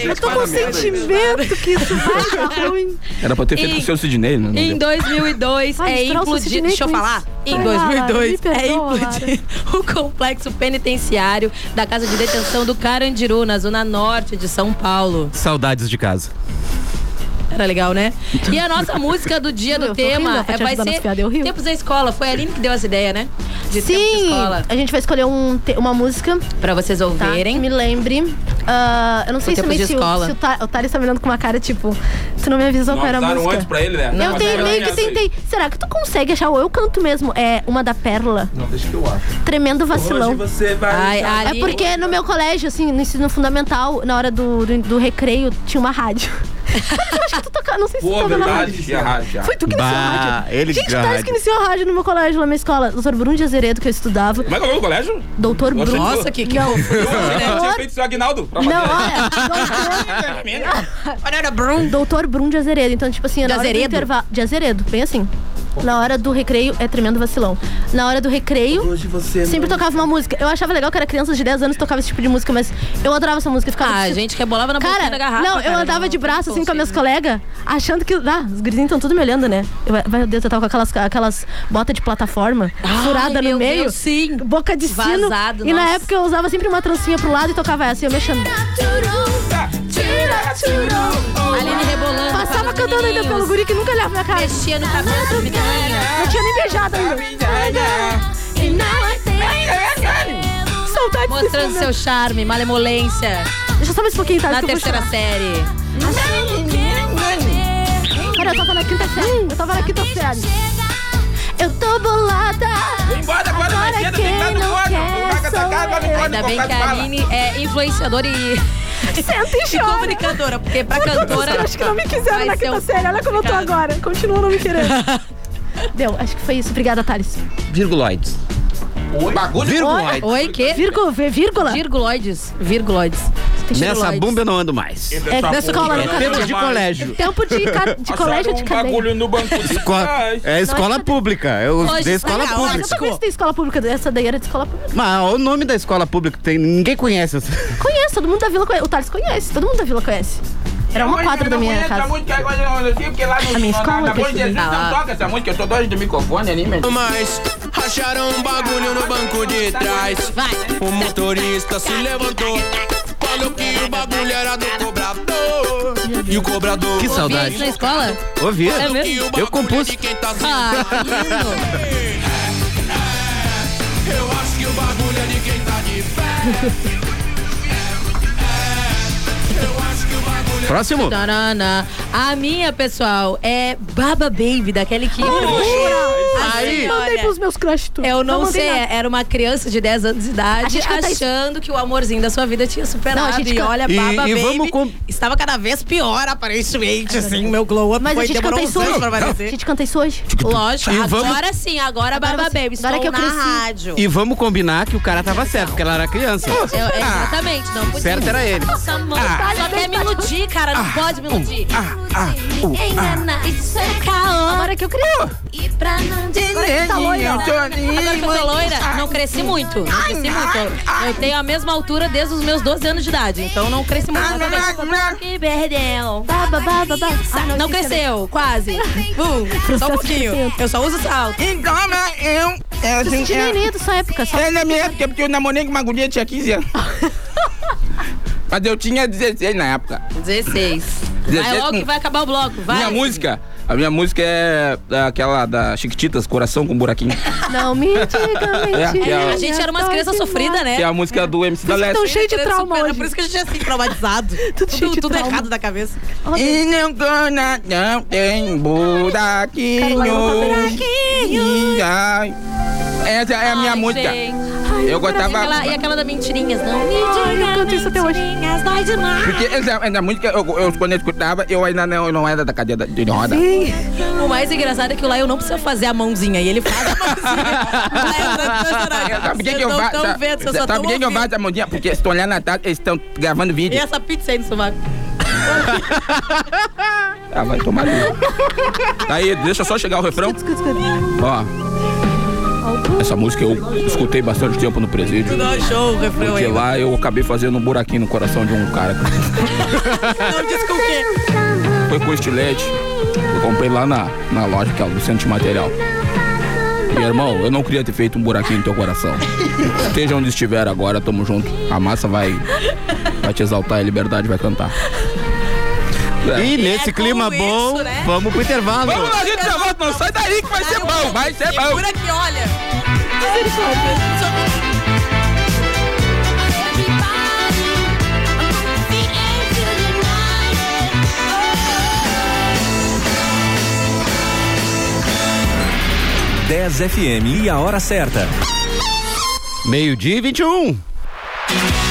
E: Eu tô com um sentimento que isso vai dar ruim.
B: Era pra ter feito
D: E-
B: com o seu Sidney, né? Não deu.
D: Em 2002
E: Ai,
D: é
E: Strauss,
D: implodido.
E: Sidney
D: Deixa eu
E: Queen.
D: falar. Em
E: Vai,
D: 2002
E: Lara, me
D: é
E: perdoa,
D: implodido o complexo penitenciário da casa de detenção do Carandiru, na zona norte de São Paulo.
C: Saudades de casa.
D: Era legal, né? E a nossa música do dia
E: Eu
D: do
E: tô rindo,
D: tema
E: pra
D: é,
E: te
D: vai
E: ajudar na
D: ser
E: piada, eu rio.
D: Tempos da Escola. Foi a Aline que deu essa ideia, né? De Tempos da
E: Sim,
D: Escola.
E: a gente vai escolher um te- uma música
D: Pra vocês
E: tá? Que
D: ouvirem.
E: me lembre. Ah, eu não sei se,
D: tempo
E: também
D: de
E: se, o,
D: escola.
E: se o, Ta- o Thales tá me olhando com uma cara tipo, tu não me avisou qual era a
B: Avisaram
E: música.
B: antes pra ele, né?
D: Não,
E: eu
D: mas
E: tenho,
D: era
E: meio que
B: essa aí.
E: tentei. Será que tu consegue achar? Ou eu canto mesmo. É uma da Perla.
B: Não, deixa que eu acho.
E: Tremendo vacilão.
B: você vai.
D: Ai, a
E: É
D: Aline-
E: porque no meu colégio, assim, no ensino fundamental, na hora do, do, do recreio, tinha uma rádio. Eu acho que tu toca, não sei se tu
B: Pô,
E: tocava na
B: verdade,
E: rádio.
B: já, já.
E: Foi tu que iniciou a
C: Bah,
E: rádio.
C: ele
E: Gente, tá
C: que-
E: parece que iniciou a rádio no meu colégio, lá na minha escola. Doutor Bruno de Azeredo, que eu estudava.
B: Como é que é o nome do colégio?
E: Doutor
B: Nossa,
E: Bruno.
D: Nossa, que, que fofura, né?
E: Ah.
B: Eu tinha feito seu Agnaldo. pra
E: Não,
B: fazer.
E: olha.
D: Olha, era Brum.
E: Doutor Bruno de Azeredo. Então, tipo assim,
D: De
E: na hora do
D: Azeredo?
E: intervalo. De Azeredo, bem assim. Na hora do recreio, é tremendo vacilão. Na hora do recreio, sempre tocava uma música. Eu achava legal que era criança de 10 anos que tocava esse tipo de música, mas eu adorava essa música. eu Ficava tipo,
D: Ah, a
E: assistindo.
D: gente rebolava na boquinha
E: Cara,
D: da garrafa.
E: não, eu
D: cara,
E: andava de braço assim com as minhas
D: consigo.
E: colegas, achando que. Ah, os grisinhos estão tudo me olhando, né? Eu, meu Deus, eu tava com aquelas, aquelas botas de plataforma,
D: Ai,
E: furada no
D: meu
E: meio,
D: Deus, sim.
E: boca de sino.
D: Vazado,
E: e na
D: nossa.
E: época eu usava sempre uma trancinha pro lado e tocava essa, e eu mexendo.
D: Aline rebolando. para
E: Passava
D: os
E: cantando ainda pelo
D: menininhos.
E: guri que nunca olhava minha cara.
D: Mexia no cabelo do menininho.
E: Não tinha nem beijado ainda. Saudades desse
D: Mostrando
E: momento.
D: seu charme, malemolência.
E: né? Deixa só mais um pouquinho, tá?
D: Na
E: Que eu vou
D: terceira
E: chorar.
D: série.
E: Cara, eu tava na quinta série. Eu tava na quinta série. Eu tô bolada.
A: Embora agora, mais
E: Agora
A: cedo,
E: quem
A: tem que dar no
E: não
A: corno.
E: quer
A: Taca, taca,
E: sou
A: vai no
E: eu.
A: corno,
D: Ainda bem
A: coloca
D: que
A: as
D: a
A: balas.
D: Aline é influenciadora e,
E: Senta e
D: e
E: chora.
D: comunicadora. Porque pra
E: Todos
D: cantora.
E: eu acho que não me quiseram
D: vai
E: na
D: ser
E: quinta
D: um-
E: série. Olha como eu tô
D: complicado.
E: agora. Continua não me querendo. Deu, acho que foi isso. Obrigada, Thales.
C: Virguloides.
B: Bagulho.
H: é
C: Virguloides.
D: Oi, que?
E: Vírgula, vê- vírgula?
D: Virguloides. Virguloides.
C: Nessa
D: Virguloides.
C: bumba eu não ando mais.
E: É da escola,
C: É
E: né?
C: tempo de colégio.
E: Tempo de, ca- de colégio de
A: um
E: cadeia.
A: bagulho no banco de
C: Escola-
A: trás.
C: é escola
E: Nós-
C: pública. Eu
D: Hoje
C: estudei escola
D: está
E: Mas eu
C: pública.
E: sabia se tem escola pública. Essa daí era de escola pública.
C: Mas olha o nome da escola pública tem. Ninguém conhece. essa.
E: Conheço, todo mundo da vila conhece. O Thales conhece, todo mundo da vila conhece. Era uma quadra da minha casa.
A: é
E: A minha escola, prefiro.
D: Ah, lá.
A: toca essa música, eu tô doido do microfone ali, meu. Tá
H: Mas racharam um bagulho no banco de trás.
D: Vai.
H: O motorista se levantou. Falou que o bagulho era do cobrador. E o cobrador.
C: Que
D: Ouvi
C: saudade.
D: isso na escola?
C: Ouvi.
D: É mesmo?
H: que o
C: Eu
H: bagulho é
C: compus.
H: de quem tá
D: Ah, que lindo.
H: Eu acho que o bagulho é de quem tá de pé.
C: Próximo.
D: Tanana. A minha, pessoal, é Baba Baby, daquele que.
C: Aí.
E: Mandei pros meus crush tudo.
D: Eu não, sei, é,
E: mandei nada.
D: era uma criança de 10 anos de
E: A
D: idade
E: gente canta isso.
D: achando que o amorzinho da sua vida tinha superado.
E: Não, a gente
D: e
E: canta-
D: olha,
C: E-
D: Baba
C: e
D: Baby
C: vamos com-
D: estava cada vez pior, aparentemente, assim, meu glow up
E: Mas
D: foi,
E: a gente
D: demorou
E: canta
D: uns
E: isso
D: anos
E: hoje.
D: pra
E: A
D: aparecer.
E: gente canta isso hoje.
D: Lógico,
C: E vamos-
D: agora sim, agora,
E: Agora
D: Baba
E: você-
D: Baby,
E: agora
D: estou
E: que eu
D: na
E: cresci.
D: rádio.
C: E vamos combinar que o cara tava certo, porque ela era criança.
D: Eu- é, exatamente, não podia.
C: Ah, Certo era ele. Ah, um,
D: Nossa, mãe, só quer me iludir, cara, não pode me iludir.
C: ah,
I: Isso é caô.
E: Agora que eu cresci.
I: E pra não dizer.
E: Tá loira.
D: Agora que eu sou loira, não cresci muito. Não cresci muito. Eu tenho a mesma altura desde os meus 12 anos de idade, então não cresci muito. exatamente. Que perdeu.
E: Baba, baba, baba. Ah,
D: Não
E: esqueci, né?
D: cresceu, quase. Bum, só um pouquinho. Eu só uso salto.
A: Então, mas eu. É,
E: Tu
A: assim,
E: sentiu nem
A: é,
E: nem da sua época, só.
A: é na minha época, porque eu namorei com uma guria tinha 15 anos. Mas eu tinha 16 na época.
D: 16. Vai
B: 17
D: logo
B: com-
D: que vai acabar o bloco, vai.
B: Minha música. A minha música é aquela da Chiquititas, Coração com Buraquinho.
E: Não me diga, mentira.
B: É, é.
D: A gente era umas crianças sofridas, né?
B: Que é a música do MC da
E: tá Tão
B: Leste.
E: cheio de
D: Criança
E: trauma
D: supera-
E: hoje.
D: Por isso que a gente é assim, traumatizado.
E: cheio de
D: tudo tudo
E: trauma.
D: errado da cabeça.
A: E não dona, não tem
E: Cara, lá eu
A: buraquinho.
E: não tá tô
A: E, ai. Essa é a minha
D: Ai,
A: música.
D: gente.
A: Eu
D: E
A: gostava.
D: aquela, e aquela da mentirinhas, não?
E: eu canto isso até hoje.
D: Mentirinhas, dói demais.
A: Porque essa, essa música, eu, eu, quando eu escutava, eu ainda não, eu não era da cadeira de roda.
D: O mais engraçado é que o Lion não precisa fazer a mãozinha. E ele faz a mãozinha.
A: Sabe por que que eu
D: Vocês não
A: bato?
D: tão vendo, vocês só
A: Sabe
D: tão
A: por que que eu
D: ouvindo.
A: bato a mãozinha? Porque estão olhando na tarde, eles estão gravando
D: E
A: vídeo.
D: essa pizza aí no sovaco?
A: Tá,
B: Ah, vai tomar ali. Aí, deixa só chegar o refrão. Ó. Essa música eu escutei bastante tempo no presídio.
D: Tu não achou o refrão
B: Porque
D: aí? né?
B: lá eu acabei fazendo um buraquinho no coração de um cara.
D: Não disse com o quê?
B: Foi com estilete. Eu comprei lá na, na loja que é do centro de material. Meu irmão, eu não queria ter feito um buraquinho no teu coração. Esteja onde estiver agora, tamo junto. A massa vai, vai te exaltar e a liberdade vai cantar.
C: E nesse
D: é com
C: clima
D: isso,
C: bom,
D: né?
C: vamos pro intervalo.
A: Vamos lá, gente, já volta, não sai daí que vai ser bom, vai ser É bom.
D: Segura aqui, olha.
C: Meio-dia e 21.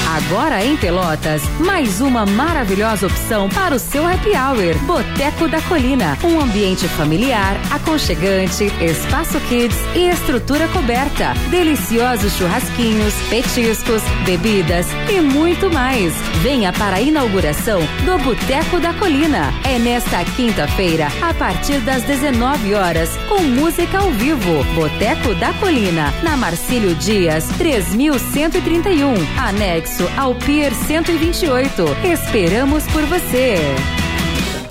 J: Agora em Pelotas, mais uma maravilhosa opção para o seu happy hour. Boteco da Colina. Um ambiente familiar, aconchegante, espaço kids e estrutura coberta. Deliciosos churrasquinhos, petiscos, bebidas e muito mais. Venha para a inauguração do Boteco da Colina. É nesta quinta-feira, a partir das 19 horas, com música ao vivo. Boteco da Colina, na Marcílio Dias, 3131, anexo ao Pier 128. Esperamos por você.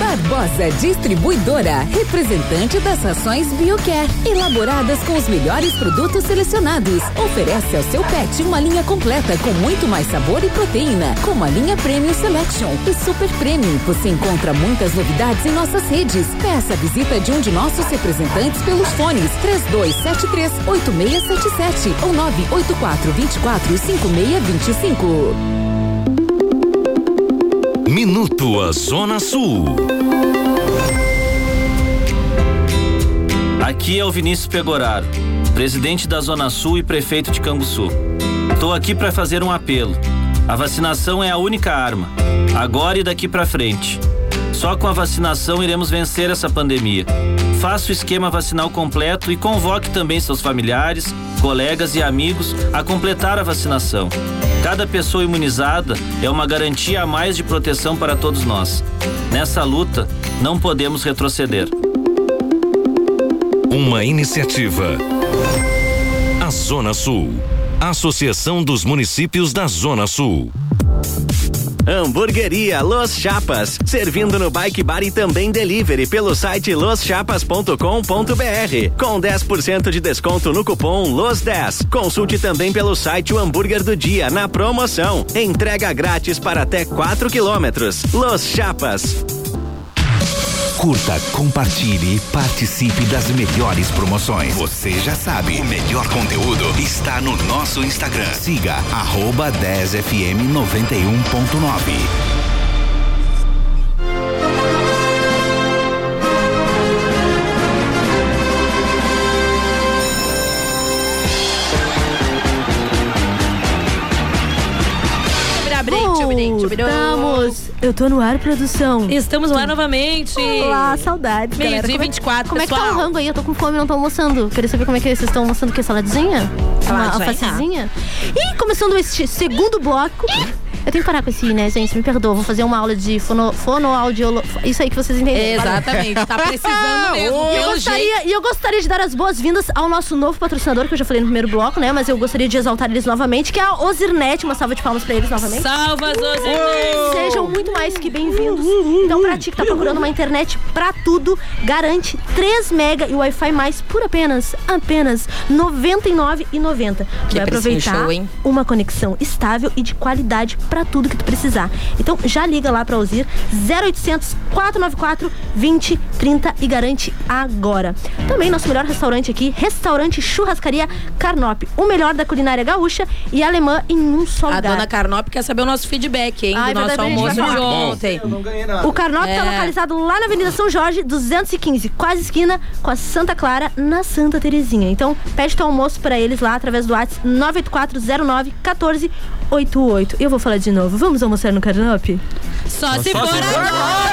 J: Barbosa Distribuidora, representante das rações BioCare, elaboradas com os melhores produtos selecionados. Oferece ao seu pet uma linha completa com muito mais sabor e proteína, como a linha Premium Selection e Super Premium. Você encontra muitas novidades em nossas redes. Peça a visita de um de nossos representantes pelos fones 3273 8677 ou 984 24 5625.
K: Minuto a Zona Sul.
L: Aqui é o Vinícius Pegoraro, presidente da Zona Sul e prefeito de Canguçu. Estou aqui para fazer um apelo. A vacinação é a única arma, agora e daqui para frente. Só com a vacinação iremos vencer essa pandemia. Faça o esquema vacinal completo e convoque também seus familiares, colegas e amigos a completar a vacinação. Cada pessoa imunizada é uma garantia a mais de proteção para todos nós. Nessa luta, não podemos retroceder.
K: Uma iniciativa. A Zona Sul. Associação dos Municípios da Zona Sul.
M: Hamburgueria Los Chapas, servindo no Bike Bar e também delivery pelo site loschapas.com.br. Com 10% de desconto no cupom LOS10. Consulte também pelo site o hambúrguer do dia na promoção. Entrega grátis para até 4 quilômetros. Los Chapas.
K: Curta, compartilhe e participe das melhores promoções. Você já sabe, o melhor conteúdo está no nosso Instagram. Siga arroba 10fm91.9.
E: Voltamos. Eu tô no ar, produção.
D: Estamos lá novamente.
E: Olá, saudades,
D: Meio
E: galera.
D: dia
E: Como é-
D: 24,
E: Como é que tá o
D: pessoal?
E: rango aí? Eu tô com fome, não tô almoçando. Queria saber como é que é. vocês estão almoçando. Que saladinha? Uma
D: Saladinha.
E: alfacezinha? E começando este segundo bloco. Eu tenho que parar com esse, né, gente? Me perdoa, vou fazer uma aula de fono, fonoaudiolo... Isso aí que vocês entenderam. valeu.
D: Exatamente, tá precisando mesmo,
E: E eu
D: pelo
E: gostaria- E eu gostaria de dar as boas-vindas ao nosso novo patrocinador, que eu já falei no primeiro bloco, né? Mas eu gostaria de exaltar eles novamente, que é a Ozirnet. Uma salva de palmas pra eles novamente.
D: Salvas,
E: Uou!
D: Ozirnet!
E: Sejam muito mais que bem-vindos. Então, pra ti que tá procurando uma internet pra tudo, garante 3 mega e Wi-Fi mais por apenas, apenas R$ 99,90. Tu
D: Que
E: vai
D: precinho
E: aproveitar
D: show, hein?
E: uma conexão estável e de qualidade pra tudo que tu precisar. Então, já liga lá pra Ozir 0800 494 2030 e garante agora. Também nosso melhor restaurante aqui, Restaurante Churrascaria Carnop, o melhor da culinária gaúcha e alemã em um só
D: A
E: lugar.
D: dona Carnop quer saber o nosso feedback, hein?
E: Ah, é
D: do nosso
E: verdade, a gente vai
D: almoço de
E: falar. Bom.
D: ontem.
E: O Carnop
D: É.
E: está localizado lá na Avenida São Jorge, 215, quase esquina com a Santa Clara, na Santa Terezinha. Então, pede teu almoço para eles lá através do WhatsApp 984091488. Eu vou falar de novo. Vamos almoçar no Carnop?
D: Só se for agora,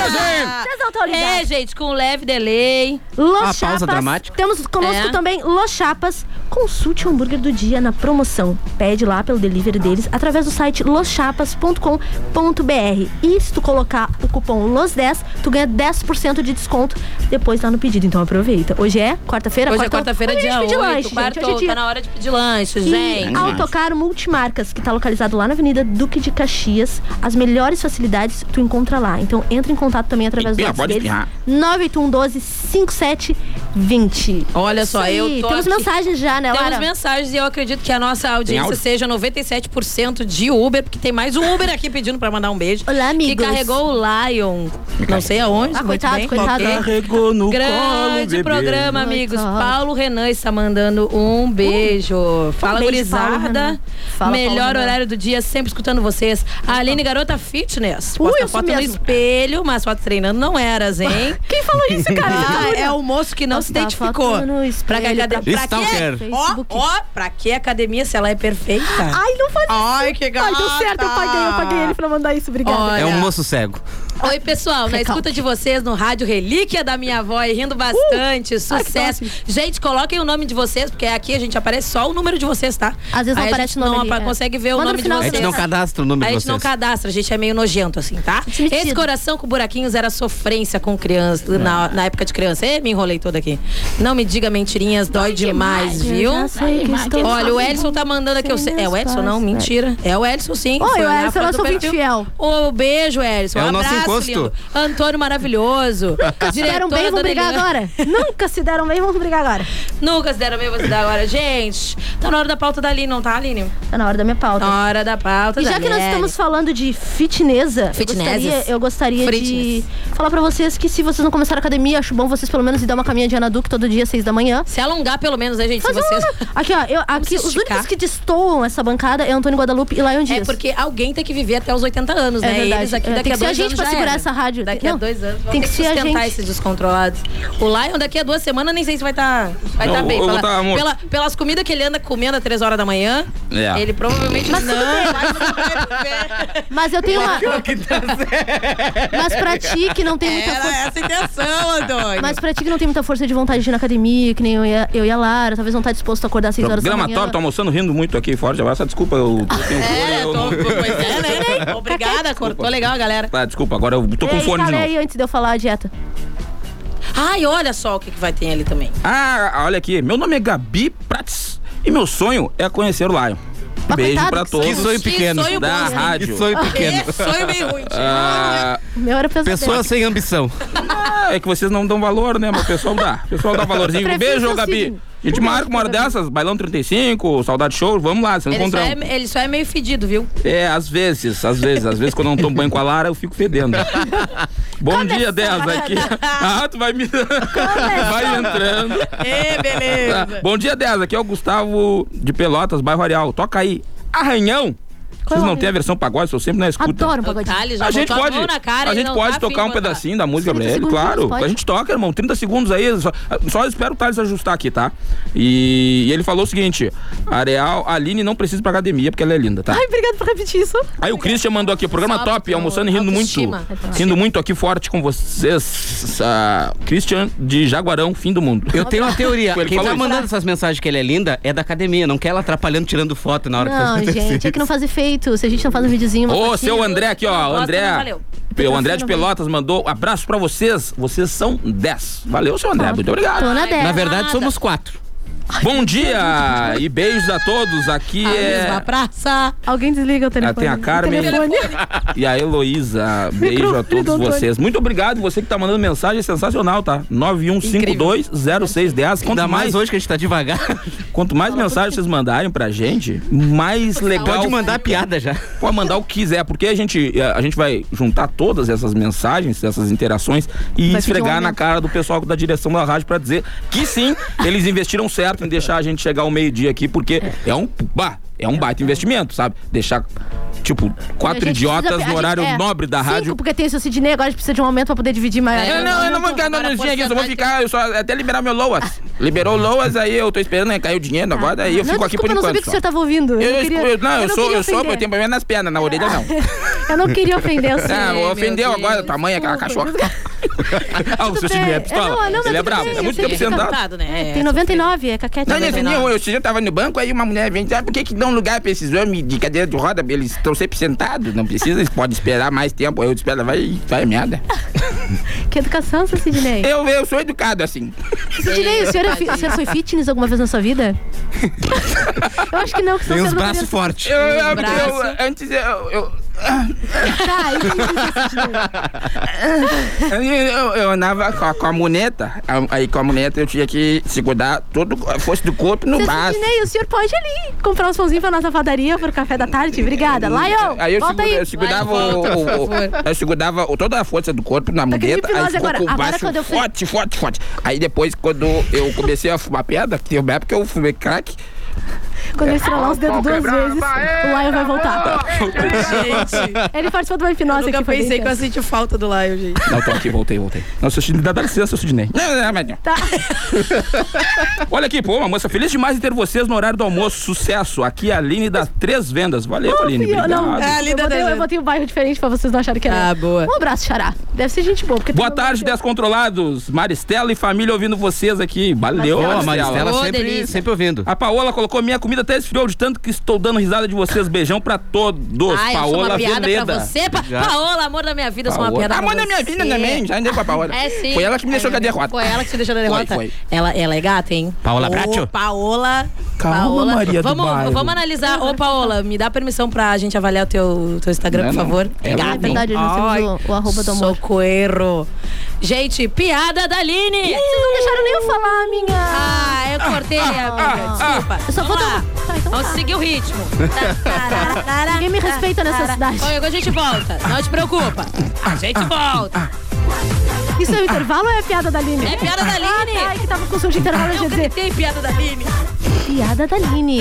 D: gente!
E: Vocês não estão ligados.
D: É, gente, com leve delay.
E: Los
D: Ah, pausa
E: Chapas.
D: dramática.
E: Temos conosco
D: É.
E: também Los Chapas. Consulte o hambúrguer do dia na promoção. Pede lá pelo delivery deles através do site loschapas.com.br. E se tu colocar o cupom LOS10, tu ganha 10% de desconto depois lá no pedido. Então aproveita. Hoje é quarta-feira.
D: Hoje é
E: quarta-
D: quarta-feira,
E: Hoje é
D: dia
E: dia de
D: 8.
E: lanche, gente.
D: quarto,
E: Hoje é dia- ah,
D: Tá na hora de pedir lanche, gente.
E: e Autocar Multimarcas, que está localizado lá na Avenida Duque de Caxias. As melhores facilidades tu encontra lá. Então entra em contato também através
D: Espirra,
E: do WhatsApp
D: pode
E: deles.
D: espirrar.
E: 981 12 5720.
D: Olha só, eu tô
E: Temos
D: aqui.
E: mensagens já, né,
D: Temos
E: Lara?
D: mensagens e eu acredito que a nossa audiência
E: áudio?
D: seja 97% de Uber, porque tem mais um Uber aqui pedindo pra mandar um beijo. Olá, amigos. Que carregou o Lion, não sei aonde,
E: Ah,
D: muito
E: coitado,
D: bem.
E: coitado.
D: Ok.
E: Carregou no colo,
D: Grande
E: bebê.
D: programa,
E: Coitado.
D: amigos. Paulo Renan está mandando um beijo. Fala,
E: Uh, um beijo, Paulo Renan.
D: gurizada.
E: Fala, Paulo
D: Melhor
E: Renan.
D: horário do dia, sempre escutando vocês. A Aline Garota Fitness.
E: Ui,
D: Posta
E: isso
D: foto no
E: mesmo.
D: espelho, mas foto treinando não eras, hein?
E: Quem falou isso, cara?
D: Ah,
E: Jura?
D: é o moço que não se
E: Postar
D: identificou.
E: foto no
D: Pra que,
E: espelho,
D: acad-
E: pra-
D: pra
E: Stalker.
D: que, ó, ó, pra que academia se ela é perfeita? Ai,
E: não faz
D: Ai, que gata.
E: Ai, deu certo, eu paguei, eu paguei ele pra mandar isso, obrigada.
D: Olha.
M: É um moço cego.
D: Oi, pessoal, na escuta de vocês no rádio Relíquia da Minha Avó e rindo
E: Uh,
D: bastante, sucesso. gente, coloquem o nome de vocês, porque aqui a gente aparece só o número de vocês, tá?
E: Às vezes não
D: Aí a
E: aparece
D: gente
E: o nome
D: Não
E: ali,
D: apa-
E: é.
D: consegue ver
E: Manda
D: o
E: no
D: nome de
E: final
D: vocês.
E: do A gente não
M: cadastra o número
D: A
M: de
D: gente não
M: vocês.
D: cadastra, a gente é meio nojento, assim, tá? Esse coração com buraquinhos era sofrência com criança, na, na época de criança. Ê, me enrolei toda aqui. Não me diga mentirinhas, dói,
E: demais,
D: demais, viu?
E: eu já sei que estou
D: Olha, o Edson tá mandando aqui. eu sei- É o Edson, não, mentira. É o Edson, sim.
E: Oi,
D: Foi
E: o
D: olhar a
E: Edson,
D: foto
E: nosso
D: do perfil.
E: ouvinte fiel.
D: Ô, beijo, Edson.
E: É
D: um
E: o nosso
D: abraço,
E: encosto.
D: lindo. Antônio maravilhoso.
E: Nunca se deram bem, vão brigar agora. Nunca se deram bem, vão brigar agora.
D: Nunca se deram bem, vou se dar agora. Gente, tá na hora da pauta da Aline, não tá, Aline?
E: Tá na hora da minha pauta.
D: Na hora da pauta
E: E
D: da
E: já que nós
D: Aline.
E: estamos falando de fitnessa, eu
D: Fitnesses.
E: gostaria, eu gostaria de
D: Fitness.
E: falar pra vocês que se vocês não começaram a academia, acho bom vocês pelo menos ir dar uma caminhadinha na Duque todo dia, seis da manhã.
D: Se alongar pelo menos, né, gente? Se vocês...
E: Aqui, ó, eu, aqui, os únicos que destoam essa bancada é Antônio Guadalupe e Lion Dias.
D: É porque alguém tem que viver até os 80 anos,
E: É
D: né?
E: verdade.
D: Eles aqui
E: É,
D: daqui
E: tem
D: a
E: que ser a
D: dois
E: gente
D: anos
E: pra
D: já
E: segurar
D: era.
E: essa rádio.
D: Daqui a
E: Não,
D: dois anos vão
E: tem
D: ter
E: que
D: que
E: ser a
D: sustentar
E: gente.
D: esses descontrolados. O Lion daqui a duas semanas nem sei se vai estar vai
B: Não,
D: tá bem.
B: eu vou
D: Pela-
B: tá, amor.
D: pela- pelas comidas que ele anda comendo às três horas da manhã,
B: É.
D: ele provavelmente
E: Mas
D: não.
E: tudo Mas eu
D: É
E: tenho uma.
D: tá
E: Mas pra ti que não tem muita
D: Era
E: força.
D: essa a intenção, Antônio.
E: Mas pra ti que não tem muita força de vontade de ir na academia, que nem eu e a, eu e a Lara, talvez não tá disposto a acordar às 6 horas da manhã.
B: Gramatório, tô almoçando rindo muito aqui fora. Já vai essa desculpa, eu eu tenho fone,
D: É,
B: eu não-
D: né? Obrigada, cortou legal, galera.
B: Tá, desculpa, agora eu tô
E: É, E
B: com
E: aí,
B: fone de
E: fala
B: novo.
E: aí antes de eu falar a dieta.
D: Ai, olha só o que, que vai ter ali também.
B: Ah, olha aqui. Meu nome é Gabi Prats e meu sonho é conhecer o Lion.
D: Mas
B: Beijo
D: coitado,
B: pra
D: que
B: todos.
D: sonho- Que sonho que pequeno. sonho
B: da
D: bosta.
B: rádio.
D: Que sonho pequeno. Que É sonho meio ruim.
B: Ah,
E: O meu era pesadelo.
B: sem ambição. é que vocês não dão valor, né? Mas o pessoal dá. O pessoal dá valorzinho.
D: Prefiro
B: Beijo,
D: seu
B: Gabi.
D: signo.
B: A gente marca uma hora dessas, Bailão 35, Saudade Show, vamos lá, se
D: Ele só,
B: encontramos.
D: é, ele só é meio fedido, viu?
E: Um
B: É, às vezes, às vezes, às vezes quando eu não tomo banho com a Lara, eu fico fedendo. Bom
D: é
B: dia, 10 aqui. Ah, tu vai me. vai entrando.
D: Ê, beleza.
B: Tá. Bom dia, 10. Aqui é o Gustavo de Pelotas, bairro Areal. Toca aí. Arranhão!
D: é
B: Vocês não têm a versão pagode, eu sempre na escuta.
E: Adoro um pagodinho.
D: Tá, ele já
B: A gente
D: botou
B: pode,
D: a mão na cara,
B: a
D: ele
B: gente
D: não
B: pode
D: tá
B: tocar
D: afim
B: um
D: de botar.
B: pedacinho da música pra ele,
E: um
D: segundos,
B: claro.
D: pode.
B: A gente toca, irmão, 30 segundos aí. Só, só espero o Thales ajustar aqui, tá? E, e ele falou o seguinte: Areal, Aline não precisa ir pra academia porque ela é linda, tá?
E: Ai, obrigado por repetir isso.
B: Aí o Christian mandou aqui, programa
E: Sobe
B: top,
E: teu
B: almoçando e rindo muito.
E: autoestima. Autoestima.
B: Rindo muito aqui forte com vocês. Ah, Christian de Jaguarão, fim do mundo.
M: Eu tenho uma teoria.
B: Ele
M: Quem
B: falou
M: tá
B: isso.
M: mandando essas mensagens que ele é linda é da academia, não quer ela atrapalhando tirando foto na hora que
F: tá
E: Não,
M: faz
E: gente, é que não fazer feio jeito. Se a gente não faz um videozinho, uma
B: Ô,
E: fotinha.
B: seu André aqui, ó.
E: Nossa,
B: André.
E: não valeu.
B: O André de
E: Não
B: Pelotas mandou abraço pra vocês. Vocês são 10. Valeu, seu André. Muito obrigado.
E: Tô na dez.
F: Na verdade, somos quatro.
B: Bom dia e beijos a todos. Aqui é.
E: praça. Alguém desliga o
B: Ah,
E: telefone.
B: tem a Carmen
E: O telefone.
B: e a Heloísa. Beijo a
E: Microfone do
B: todos
E: Antônio.
B: vocês. Muito obrigado. Você que tá mandando mensagem é sensacional, tá? 91520610. Quanto
F: Ainda mais hoje
B: que a gente tá devagar. Quanto mais mensagens vocês mandarem pra gente, mais legal.
F: Pode mandar
B: piada já. Pode mandar o que quiser, porque a gente, a gente vai juntar todas essas mensagens, essas interações
F: Vai
B: e
F: pedir um
B: esfregar na
F: aumento.
B: cara do pessoal da direção da rádio pra dizer que sim, eles investiram certo em deixar a gente chegar ao meio-dia aqui, porque é um, bah, é um baita investimento, sabe? Deixar, tipo,
E: A
B: quatro
E: gente
B: idiotas
E: precisa- a
B: no
E: gente-
B: horário
E: é,
B: nobre da
E: cinco,
B: rádio.
E: porque tem o seu Sidney, agora a gente precisa de um aumento pra poder dividir mais.
B: Eu não, eu não vou ficar dando notícia aqui, eu só vou ficar, eu só é até liberar meu Loas. Liberou o Loas, aí eu tô esperando, aí caiu o dinheiro agora, aí eu
E: Ah, Não,
B: fico aqui por
E: desculpa, eu não sabia
B: enquanto.
E: que
B: só.
E: o senhor tava ouvindo.
B: Eu,
E: não,
B: escu-
E: queria-
B: eu- não, eu
E: não
B: sou,
E: queria
B: eu sou, eu
E: ofender.
B: tenho problema nas pernas, na orelha não.
E: Eu não queria ofender o senhor.
B: Ah, ofendeu agora o tamanho aquela cachorra. ah, o seu
E: bem.
B: time é
E: É, não,
B: pistola.
E: não, mas
B: Ele é
E: tudo
B: bravo,
E: bem,
B: é muito tempo
E: eu sei que fica
B: sentado.
E: irritado,
D: né?
E: É, tem 99, é caquete.
B: Não, nesse
E: 99.
B: dia, eu, esse dia eu tava no banco, aí uma mulher vem, ah, por que, que dão lugar pra esses homens de cadeira de roda? Eles estão sempre sentados, não precisa, eles podem esperar mais tempo. Aí eu disse pra ela, vai, vai merda.
E: Que educação, seu Sidney.
B: Eu, eu sou educado assim.
E: Sidney, o senhor, é fi- o senhor foi fitness alguma vez na sua vida? eu acho que não, que o senhor saiu do cadeira-
B: fortes. Eu, eu, eu-
E: Braço.
B: antes eu. eu
E: Tá,
B: eu, eu- eu andava com a, com a muneta, a- aí com a muneta eu tinha que segurar todo a força do corpo no
E: Seu
B: braço.
E: Sidney, o senhor pode ali comprar uns pãozinhos pra nossa padaria pro café da tarde? Obrigada. Lion,
B: Aí eu,
E: volta
B: segura-
E: aí.
B: eu segurava, o- o- o- eu segurava o- toda a força do corpo na
E: Tá que nem
B: muleta, aí
E: hipnose
B: ficou
E: agora.
B: com o
E: Agora
B: baixo
E: quando eu fui-
B: forte, forte, forte. Aí depois, quando eu comecei a fumar pedra, que teve uma época que eu fumei crack,
E: Quando eu estrelar os dedos duas vezes, o Lion vai voltar.
N: Gente.
E: Ele participou de uma hipnose
N: Eu nunca
E: aqui. foi bem
N: pensei que eu
E: intenso.
N: senti falta do Lion, gente.
B: Não, tô aqui, voltei, voltei. Não, seu Sidney, dá dá licença, seu Sidney. Não, não, não, não.
E: Tá.
B: Olha aqui, pô, uma moça, feliz demais de ter vocês no horário do almoço. Sucesso. Aqui é a Aline das Três Vendas. Valeu, Aline.
E: Eu,
B: Obrigado.
E: não, É. eu, botei, eu botei um bairro diferente pra vocês não acharem que era. Ah, boa. Um abraço, Xará. Deve ser gente boa. Porque
B: Boa tarde, Descontrolados. Maristela e família ouvindo vocês aqui. Valeu,
F: Maristela. Ó, Maristela Ô, sempre- delícia. sempre
B: ouvindo.
D: Ah,
B: A Paola colocou minha comida até esfriou de tanto que estou dando risada de vocês. Beijão pra todos.
D: Ai, eu sou
B: Paola
D: uma piada
B: Veneda.
D: pra você. Pa
B: Obrigado.
D: Paola, amor da minha vida, eu sou uma
B: Paola.
D: piada pra
B: Amor
D: você.
B: da minha vida também, já andei com a Paola.
D: É, sim.
B: Foi ela que me deixou
D: É,
B: com a derrota.
D: Foi ela que te deixou na derrota.
B: Foi, foi.
D: Ela, ela é gata, hein?
B: Paola
D: Ô,
B: Bracho?
D: Paola.
B: Calma,
D: Paola.
B: Maria do
D: vamos,
B: bairro.
D: Vamos analisar. Ô, Paola, me dá permissão pra gente avaliar o teu, teu Instagram,
E: Não,
D: por
E: não.
D: favor.
E: É
D: Obrigada,
E: verdade,
D: hein?
E: nós temos
D: Ai,
E: o- o arroba do amor.
D: Socorro. Gente, piada da Aline.
E: Vocês não deixaram nem eu falar, minha.
D: Ah, eu cortei, amiga. Desculpa. Eu só vou Tá, então dar Vamos seguir o ritmo.
E: Ninguém me respeita nessa cidade.
D: Oi, agora a gente volta. Não te preocupa. A gente volta.
E: Isso é o intervalo ou é a piada da Aline?
D: É piada da Aline.
E: Ah, tá, é que tava com som de intervalo, eu ia dizer.
D: Tem piada da Aline.
E: Piada da Aline.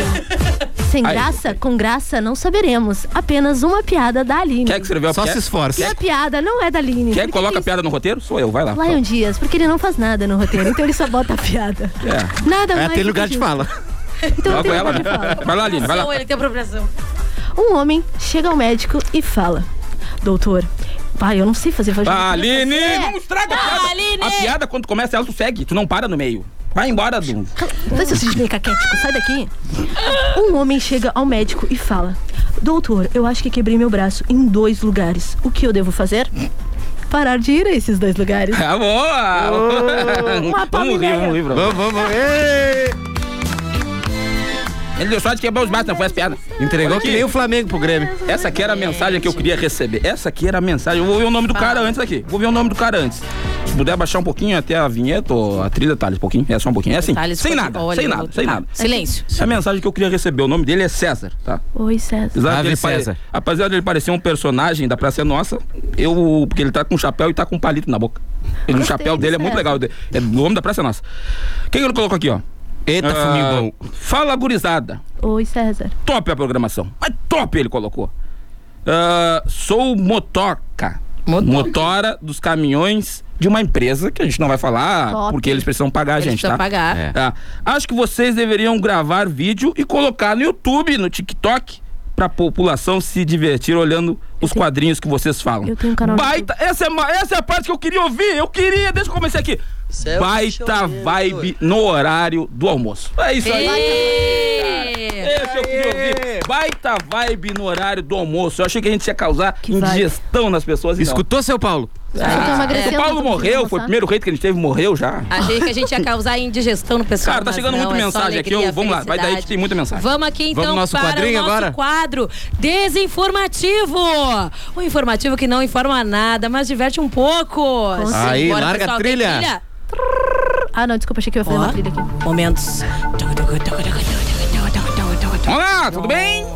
E: Sem
B: Aí.
E: graça, com graça, não saberemos. Apenas uma piada da Aline.
B: Quer que escreveu a piada?
E: E a
B: Quer,
E: piada não é da Aline.
B: quer que coloque a piada no roteiro? Sou eu, vai lá.
E: Lion Dias, porque ele não faz nada no roteiro, então ele só bota a piada.
B: É.
E: Nada mais. do que isso. Então
B: Coloca
E: tem
B: ela. né?
E: lugar pra falar.
B: Vai lá, Aline, vai lá.
D: Ele tem apropriação.
E: Um homem chega ao médico e fala: Doutor, pai, eu não sei fazer vagina.
B: Aline!
E: É.
B: Não estraga a piada. A piada, quando começa, ela tu segue. Tu não para no meio. Vai embora do...
E: Vai seu Sidney Caquético, sai daqui. Um homem chega ao médico e fala: Doutor, eu acho que quebrei meu braço em dois lugares. O que eu devo fazer? Parar de ir a esses dois lugares.
B: Ah, boa! Um
E: Uma
B: vamos rir, vamos rir, Vamos, vamos. Ele deu sorte de quebrar os braços, não foi as piadas. Entregou que nem o Flamengo pro Grêmio. Essa aqui era a mensagem que eu queria receber. Essa aqui era a mensagem. Eu vou ver o nome do cara antes aqui. Vou ver o nome do cara antes. Se puder baixar um pouquinho até a vinheta ou a trilha, Thales, um pouquinho. É só um pouquinho. É assim.
D: Thales,
B: sem
D: foi-
B: nada,
D: Tá, olha,
B: sem
D: eu
B: nada,
D: vou-
B: sem
D: tá.
B: nada.
D: Silêncio.
B: Essa é a mensagem que eu queria receber. O nome dele é César, tá?
E: Oi, César.
B: Apesar
F: Ave
B: dele, pare-
F: César.
B: apesar dele parecer um personagem da Praça é Nossa, eu. Porque ele tá com um chapéu e tá com um palito na boca. Ele, o chapéu dele é muito legal. É do homem da Praça é Nossa. Quem que ele colocou aqui, ó? Eita,
D: Ah,
F: fumiu
B: bom. Fala, gurizada.
E: Oi, César.
B: Top a programação. Mas top ele colocou. Ah, sou motoca. Motora dos caminhões de uma empresa que a gente não vai falar
F: Top.
B: porque eles precisam pagar a
F: Eles
B: gente,
F: precisam
B: tá?
F: pagar. É.
B: Tá. Acho que vocês deveriam gravar vídeo e colocar no YouTube, no TikTok, pra população se divertir olhando os quadrinhos que vocês falam.
E: Eu tenho um canal no
B: Baita, essa é, ma- essa é a parte que eu queria ouvir. Eu queria, deixa eu começar aqui.
F: é o
B: Baita vibe no horário do almoço. É isso aí.
D: Ei!
B: Esse que eu queria ouvir. Baita vibe no horário do almoço. Eu achei que a gente ia causar indigestão nas pessoas. Escutou, seu Paulo?
D: É, Eu tô emagrecendo,
B: o Paulo
D: tô
B: morreu,
D: precisando
B: foi o
D: almoçar.
B: primeiro rei que a gente teve, morreu já.
D: Achei que a gente ia causar indigestão no pessoal.
B: Cara, tá
D: mas
B: chegando
D: não,
B: muita
D: é só
B: mensagem aqui.
D: alegria,
B: Ô, vamos lá, vai daí que
D: felicidade.
B: tem muita mensagem.
D: Vamos aqui então
B: Vamos nosso
D: para o
B: quadrinho
D: nosso
B: agora?
D: quadro desinformativo. Um informativo que não informa nada, mas diverte um pouco.
E: certeza. Aí, larga a
D: pessoal, tem
E: trilha. Ah, não, desculpa, achei que eu ia fazer uma trilha aqui.
D: Momentos.
B: Olá, tudo bem?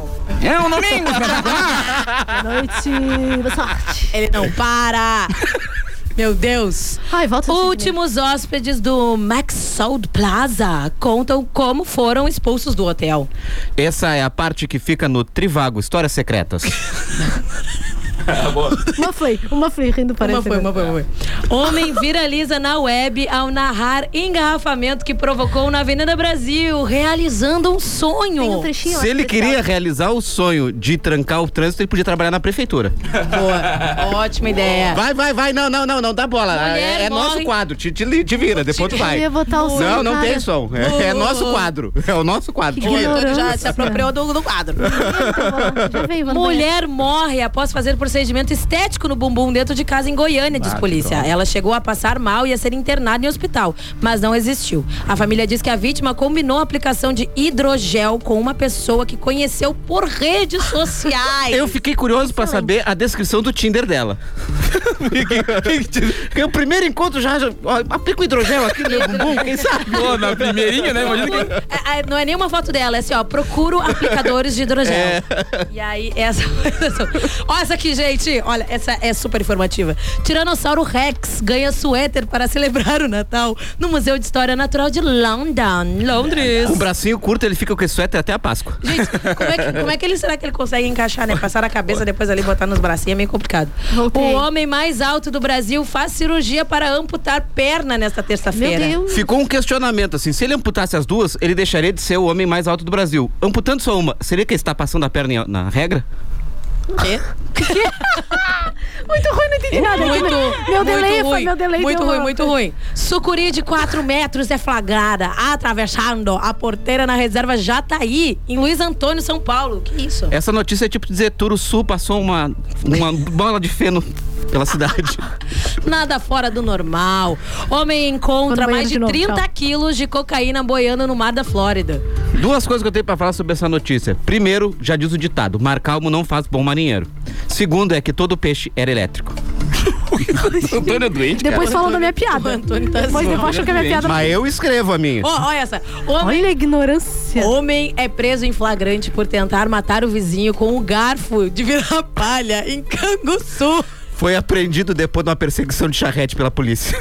B: É um domingo
E: Boa noite, boa sorte.
D: Ele não para. Meu Deus.
E: Ai, volta assim, né?
D: Últimos hóspedes do Maxold Plaza contam como foram expulsos do hotel.
F: Essa é a parte que fica no Trivago, Histórias Secretas.
E: Uma foi, uma foi, rindo parece. né?
D: Uma foi, uma foi, uma foi. Homem viraliza na web ao narrar engarrafamento que provocou na Avenida Brasil, realizando um sonho.
F: Se ele
E: tá?
F: queria realizar o sonho de trancar o trânsito, ele podia trabalhar na prefeitura.
D: É. Boa, ótima ideia.
F: Vai, vai, vai, não, não, não, não, dá bola.
D: Mulher
F: é é
D: morre.
F: nosso quadro, te, te, li- te vira, depois tu vai.
D: Eu ia botar o som,
F: não, não
D: cara.
F: tem som. É, é nosso quadro. É o nosso quadro.
D: Que
F: Te vira.
D: ignorância. Já se apropriou do, do quadro. Mulher morre após fazer procedimento estético no bumbum dentro de casa em Goiânia, diz
O: Ah, que
D: polícia.
O: droga.
D: Ela chegou a passar mal e a ser internada em hospital, mas não existiu. A família diz que a vítima combinou a aplicação de hidrogel com uma pessoa que conheceu por redes sociais.
F: Eu fiquei curioso pra saber a descrição do Tinder dela. Porque o primeiro encontro já. já ó, aplica o hidrogel aqui no meu bumbum, quem sabe?
B: Pô, na primeirinha, né? Imagina que-
D: É, é, não é nenhuma foto dela, é assim, ó, procuro aplicadores de hidrogel.
B: É.
D: E aí, essa. Olha essa aqui, gente. Olha, essa é super informativa. Tiranossauro Rex ganha suéter para celebrar o Natal no Museu de História Natural de London, Londres.
F: Com o Um bracinho curto, ele fica com esse suéter até a Páscoa.
D: Como é, que, como é que ele será que ele consegue encaixar, né? Passar na cabeça, depois ali botar nos bracinhos é meio complicado. O homem mais alto do Brasil faz cirurgia para amputar perna nesta terça-feira.
F: Ficou um questionamento, assim. Se ele amputasse as duas, ele deixaria de ser o homem mais alto do Brasil. Amputando só uma, seria que ele está passando a perna em- na regra?
E: Muito ruim, não entendi nada.
D: Muito,
E: meu
D: muito
E: delay
D: ruim,
E: foi, meu delay
D: Muito
E: deu
D: ruim,
E: uma-
D: muito ruim. Sucuri de 4 metros é flagrada atravessando a porteira na reserva Jataí, em Luiz Antônio, São Paulo. Que isso?
F: Essa notícia é tipo dizer Turo Sul passou uma, uma bola de feno pela cidade.
D: Nada fora do normal. Homem encontra
F: Quando
D: mais
F: banheiro
D: de
F: de novo,
D: 30
F: calma.
D: quilos de cocaína boiando no mar da Flórida.
F: Duas coisas que eu tenho pra falar sobre essa notícia. Primeiro, já diz o ditado: mar calmo não faz bom marinheiro. Segundo, é que todo peixe era elétrico.
B: Antônio é doente,
E: Depois falam da minha piada. Depois debocham que a minha piada.
F: Mas eu escrevo a minha.
D: Ó, olha essa. Homem,
E: Olha a ignorância.
D: Homem é preso em flagrante por tentar matar o vizinho com o garfo de virar palha em Canguçu.
F: Foi apreendido depois de uma perseguição de charrete pela polícia.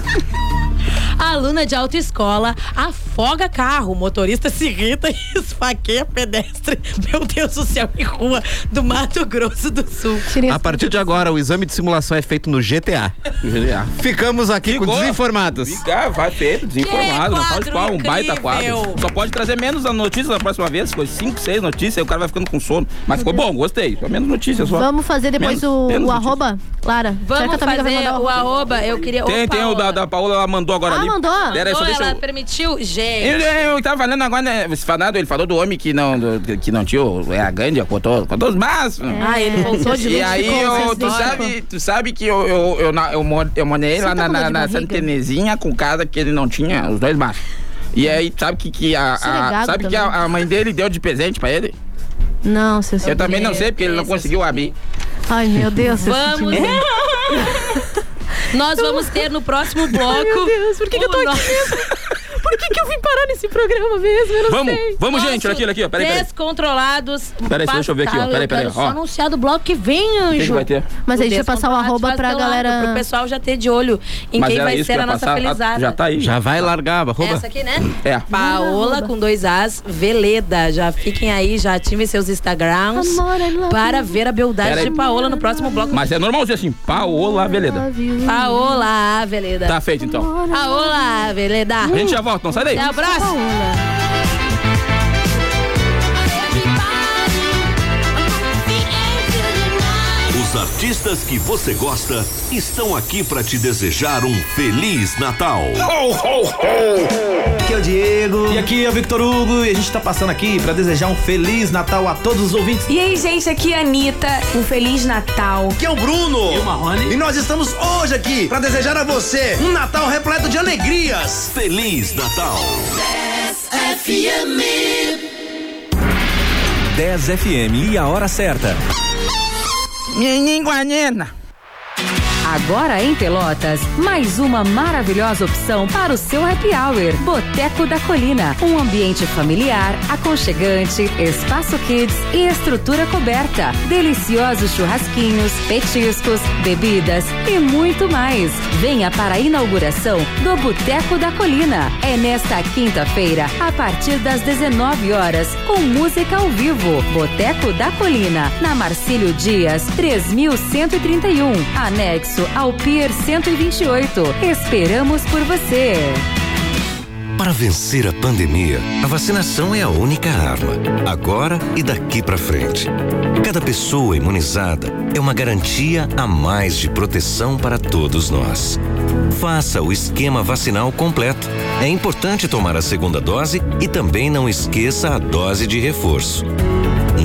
D: A aluna de autoescola afoga carro. O motorista se irrita e esfaqueia pedestre. Meu Deus do céu, em rua do Mato Grosso do Sul.
F: A partir de agora, o exame de simulação é feito no GTA.
B: GTA.
F: Ficamos aqui com desinformados.
B: Fica, vai feito, desinformado, não pode qual, um baita quadro. Só pode trazer menos a notícia da próxima vez, foi 5, 6 notícias, aí o cara vai ficando com sono. Mas ficou bom, gostei. Só menos notícias só.
E: Vamos fazer depois
B: Menos-
E: o,
B: menos
E: o
B: notícias.
E: arroba? Clara, será que tá a
D: Vamos
E: tua amiga vai
D: fazer
E: mandar
D: o arroba. Eu queria.
B: Tem, tem o da, da Paola, ela mandou agora
D: Ah,
B: ali.
D: mandou?
B: Pera aí, só
D: Mandou,
B: deixa
D: ela
B: eu...
D: permitiu?
B: Ele, é,
D: Gente.
B: eu tava falando agora, né? esse Fanado, ele falou do homem que não, do- que não tinha o- é a Gandhi, contou, contou os mas.
E: É.
D: Ah, ele voltou de
B: E
D: longe,
B: aí,
D: ficou
B: eu-
D: com
B: tu,
D: essa
B: sabe, tu sabe que eu, eu, eu, na- eu, mo- eu morei lá na, na, na Santa Terezinha com casa que ele não tinha, os dois baixos. E aí, sabe que, que a,
E: Isso é
B: a-
E: legado
B: sabe que a,
E: também.
B: a mãe dele deu de presente pra ele?
E: Não, seu
B: Eu também não sei, porque ele não conseguiu abrir.
E: Ai, meu Deus. seu
D: Vamos.
E: sentimento.
D: Nós vamos ter no próximo bloco. Meu Deus, por que, eu tô aqui mesmo?
E: Por que, que eu vim parar nesse programa mesmo? Eu não
B: Vamos,
E: sei.
B: vamos, gente, olha aqui, olha aqui, ó, peraí, peraí.
D: Descontrolados.
B: Peraí, deixa eu ver aqui, ó,
D: Pascal,
B: peraí,
D: eu
B: peraí,
D: quero
B: ó.
D: Só anunciar do bloco que vem,
B: que
D: anjo.
B: vai ter?
E: Mas aí,
D: O
E: deixa eu passar o
D: Descontrolados
E: arroba
D: faz
E: pra
D: teu lado,
E: galera-
D: Pro pessoal já ter de olho em
B: Mas
D: quem
B: era
D: vai
B: isso
D: ser
B: que eu
D: a
B: ia
D: nossa
B: passar,
D: felizada.
B: a- já tá aí.
F: Já vai largar, arroba.
D: Essa aqui, né?
B: É.
D: Paola com dois As, Veleda. Já fiquem aí, já ativem seus Instagrams para ver a beldade
B: Peraí.
D: de Paola no próximo bloco.
B: Mas é normal dizer assim, Paola Veleda.
D: Paola, Veleda.
B: Tá feito, então.
D: Paola, Veleda.
B: A gente já volta, não sai daí.
D: Até a próxima.
K: Os
O: Os artistas que você gosta estão aqui para te desejar um Feliz Natal.
P: Ho, ho, ho! Aqui é o Diego. E aqui é o Victor Hugo. E a gente tá passando aqui pra desejar um Feliz Natal a todos os ouvintes.
Q: E aí, gente, aqui é a Anitta. Um Feliz Natal.
P: Aqui é o Bruno. E o Marrone. E nós estamos hoje aqui pra desejar a você um Natal repleto de alegrias.
O: Feliz Natal.
R: 10 FM e a hora certa.
J: Ninguanena. Agora em Pelotas, mais uma maravilhosa opção para o seu happy hour. Boteco da Colina. Um ambiente familiar, aconchegante, espaço kids e estrutura coberta. Deliciosos churrasquinhos, petiscos, bebidas e muito mais. Venha para a inauguração do Boteco da Colina. É nesta quinta-feira, a partir das 19 horas, com música ao vivo. Boteco da Colina, na Marcílio Dias, 3131. Anexo um. anexo ao Pier 128. Esperamos por você.
K: Para vencer a pandemia, a vacinação é a única arma, agora e daqui para frente. Cada pessoa imunizada é uma garantia a mais de proteção para todos nós. Faça o esquema vacinal completo. É importante tomar a segunda dose e também não esqueça a dose de reforço.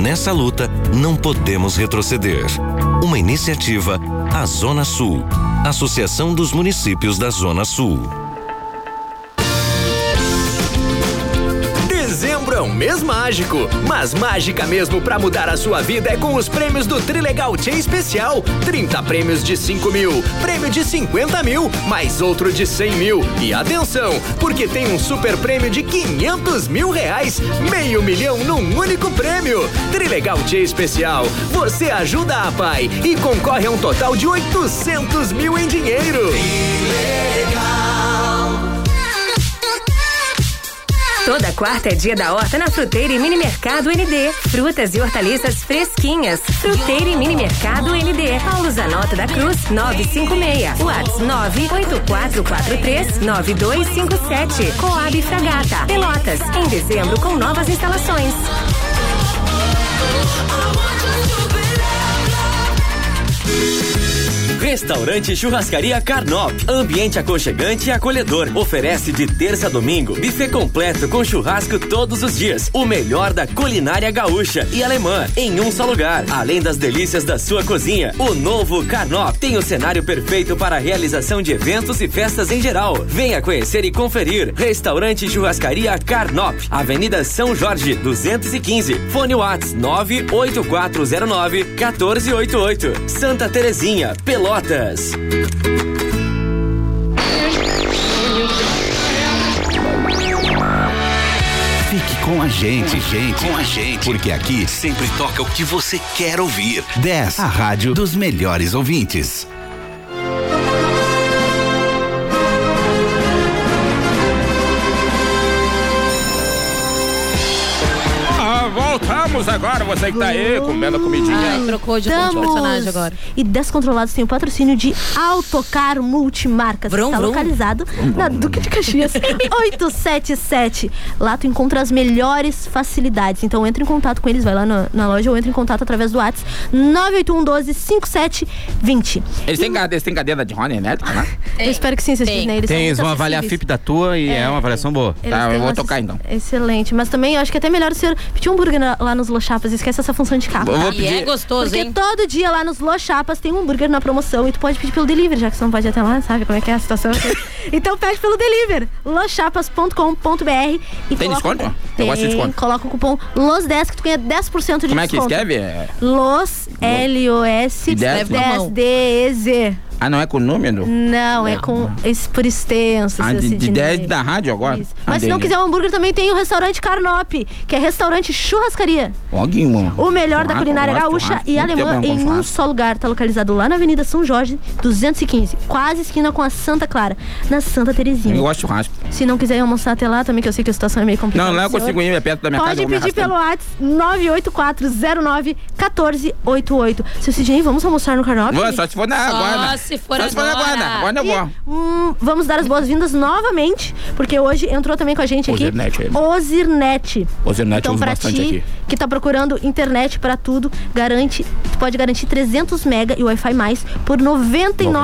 K: Nessa luta, não podemos retroceder. Uma iniciativa, a Zona Sul, Associação dos Municípios da Zona Sul.
M: Dezembro é um mês mágico, mas mágica mesmo pra mudar a sua vida é com os prêmios do Trilegal Tia Especial. 30 prêmios de 5 mil, prêmio de 50 mil, mais outro de 100 mil. E atenção, porque tem um super prêmio de 500 mil reais, meio milhão num único prêmio. Trilegal Tia Especial, você ajuda a pai e concorre a um total de 800 mil em dinheiro.
J: Toda quarta é dia da horta na Fruteira e Mini Mercado ND. Frutas e hortaliças fresquinhas. Fruteira e Mini Mercado ND. Paulo Zanota da Cruz, 956. WhatsApp 984439257. Coab Fragata. Pelotas, em dezembro com novas instalações.
S: Restaurante Churrascaria Carnop. Ambiente aconchegante e acolhedor. Oferece de terça a domingo. Buffet completo com churrasco todos os dias. O melhor da culinária gaúcha e alemã em um só lugar. Além das delícias da sua cozinha, o novo Carnop tem o cenário perfeito para a realização de eventos e festas em geral. Venha conhecer e conferir. Restaurante Churrascaria Carnop. Avenida São Jorge, 215. Fone Whats 98409 1488. Santa Terezinha, Pelotas.
K: Fique com a gente, gente. Com a gente. Porque aqui sempre toca o que você quer ouvir. 10. A rádio dos melhores ouvintes.
A: Ah, voltamos agora, você que tá aí comendo a comidinha.
D: Ai, trocou de um
E: Estamos.
D: personagem agora.
E: E Descontrolados tem o patrocínio de Autocar Multimarcas, que está
D: vrum.
E: localizado na Duque de Caxias 877. Lá tu encontra as melhores facilidades. Então entra em contato com eles, vai lá na, na loja ou entra em contato através do WhatsApp 981 12 5720.
A: Eles têm, cade- eles têm cadeira de Rony elétrica, né?
E: Eu espero que sim, vocês né? fiquem neles.
F: Tem, eles vão avaliar Tá, a FIP da tua e é, uma avaliação boa. então.
E: Excelente. Mas também eu acho que é até melhor o senhor pedir um hambúrguer na- lá nos Los Chapas. Esquece essa função de carro.
D: Eu vou
E: tá?
D: E é pedir. gostoso,
E: Porque
D: hein?
E: todo dia lá nos Los Chapas tem um hambúrguer na promoção e tu pode pedir pelo delivery, já que você não pode ir até lá, sabe como é que é a situação? então pede pelo delivery. loschapas.com.br e
A: Tem
E: coloca-
A: desconto? Eu
E: Tem,
A: gosto de desconto.
E: Coloca o cupom LOS10 que tu ganha 10% de desconto.
A: Como é que escreve? É-
E: Los, L-O-S,
A: E dez,
E: 10,
A: né?
E: D-E-Z.
A: Ah, não é com número?
E: Não, é com esse por extenso.
A: Ah,
E: seu
A: de, de
E: Sidney.
A: 10 da rádio agora? Ah,
E: Mas se não
A: dele.
E: quiser um hambúrguer, também tem o restaurante Carnop, que é restaurante churrascaria.
A: Loguinho, mano.
E: O melhor da
A: Churrasco,
E: culinária
A: gosto de
E: gaúcha
A: churrasco.
E: e
A: Tem que ter
E: alemã
A: alguma
E: em
A: coisa
E: um só lugar. Tá localizado lá na Avenida São Jorge, 215, quase esquina com a Santa Clara, na Santa Terezinha.
A: Eu gosto de churrasco.
E: Se não quiser almoçar até lá também, que eu sei que a situação é meio complicada.
A: Não, lá eu
E: senhor.
A: consigo ir, é perto da minha casa,
E: Pode
A: eu vou me
E: pedir pelo
A: arrastando.
E: WhatsApp 984091488. Seu Sidney, vamos almoçar no Carnop?
A: Vou, só se for na é agora.
D: se se for
E: Só
D: agora.
E: se for agora, agora eu vou.
D: Ih,
E: Hum, vamos dar as boas-vindas novamente, porque hoje entrou também com a gente aqui.
B: Ozirnet aí. né?
E: Ozirnet.
B: Ozirnet eu
E: então,
B: uso
E: pra
B: bastante
E: ti,
B: aqui.
E: que tá procurando internet pra tudo, garante, tu pode garantir 300 mega e Wi-Fi mais por R$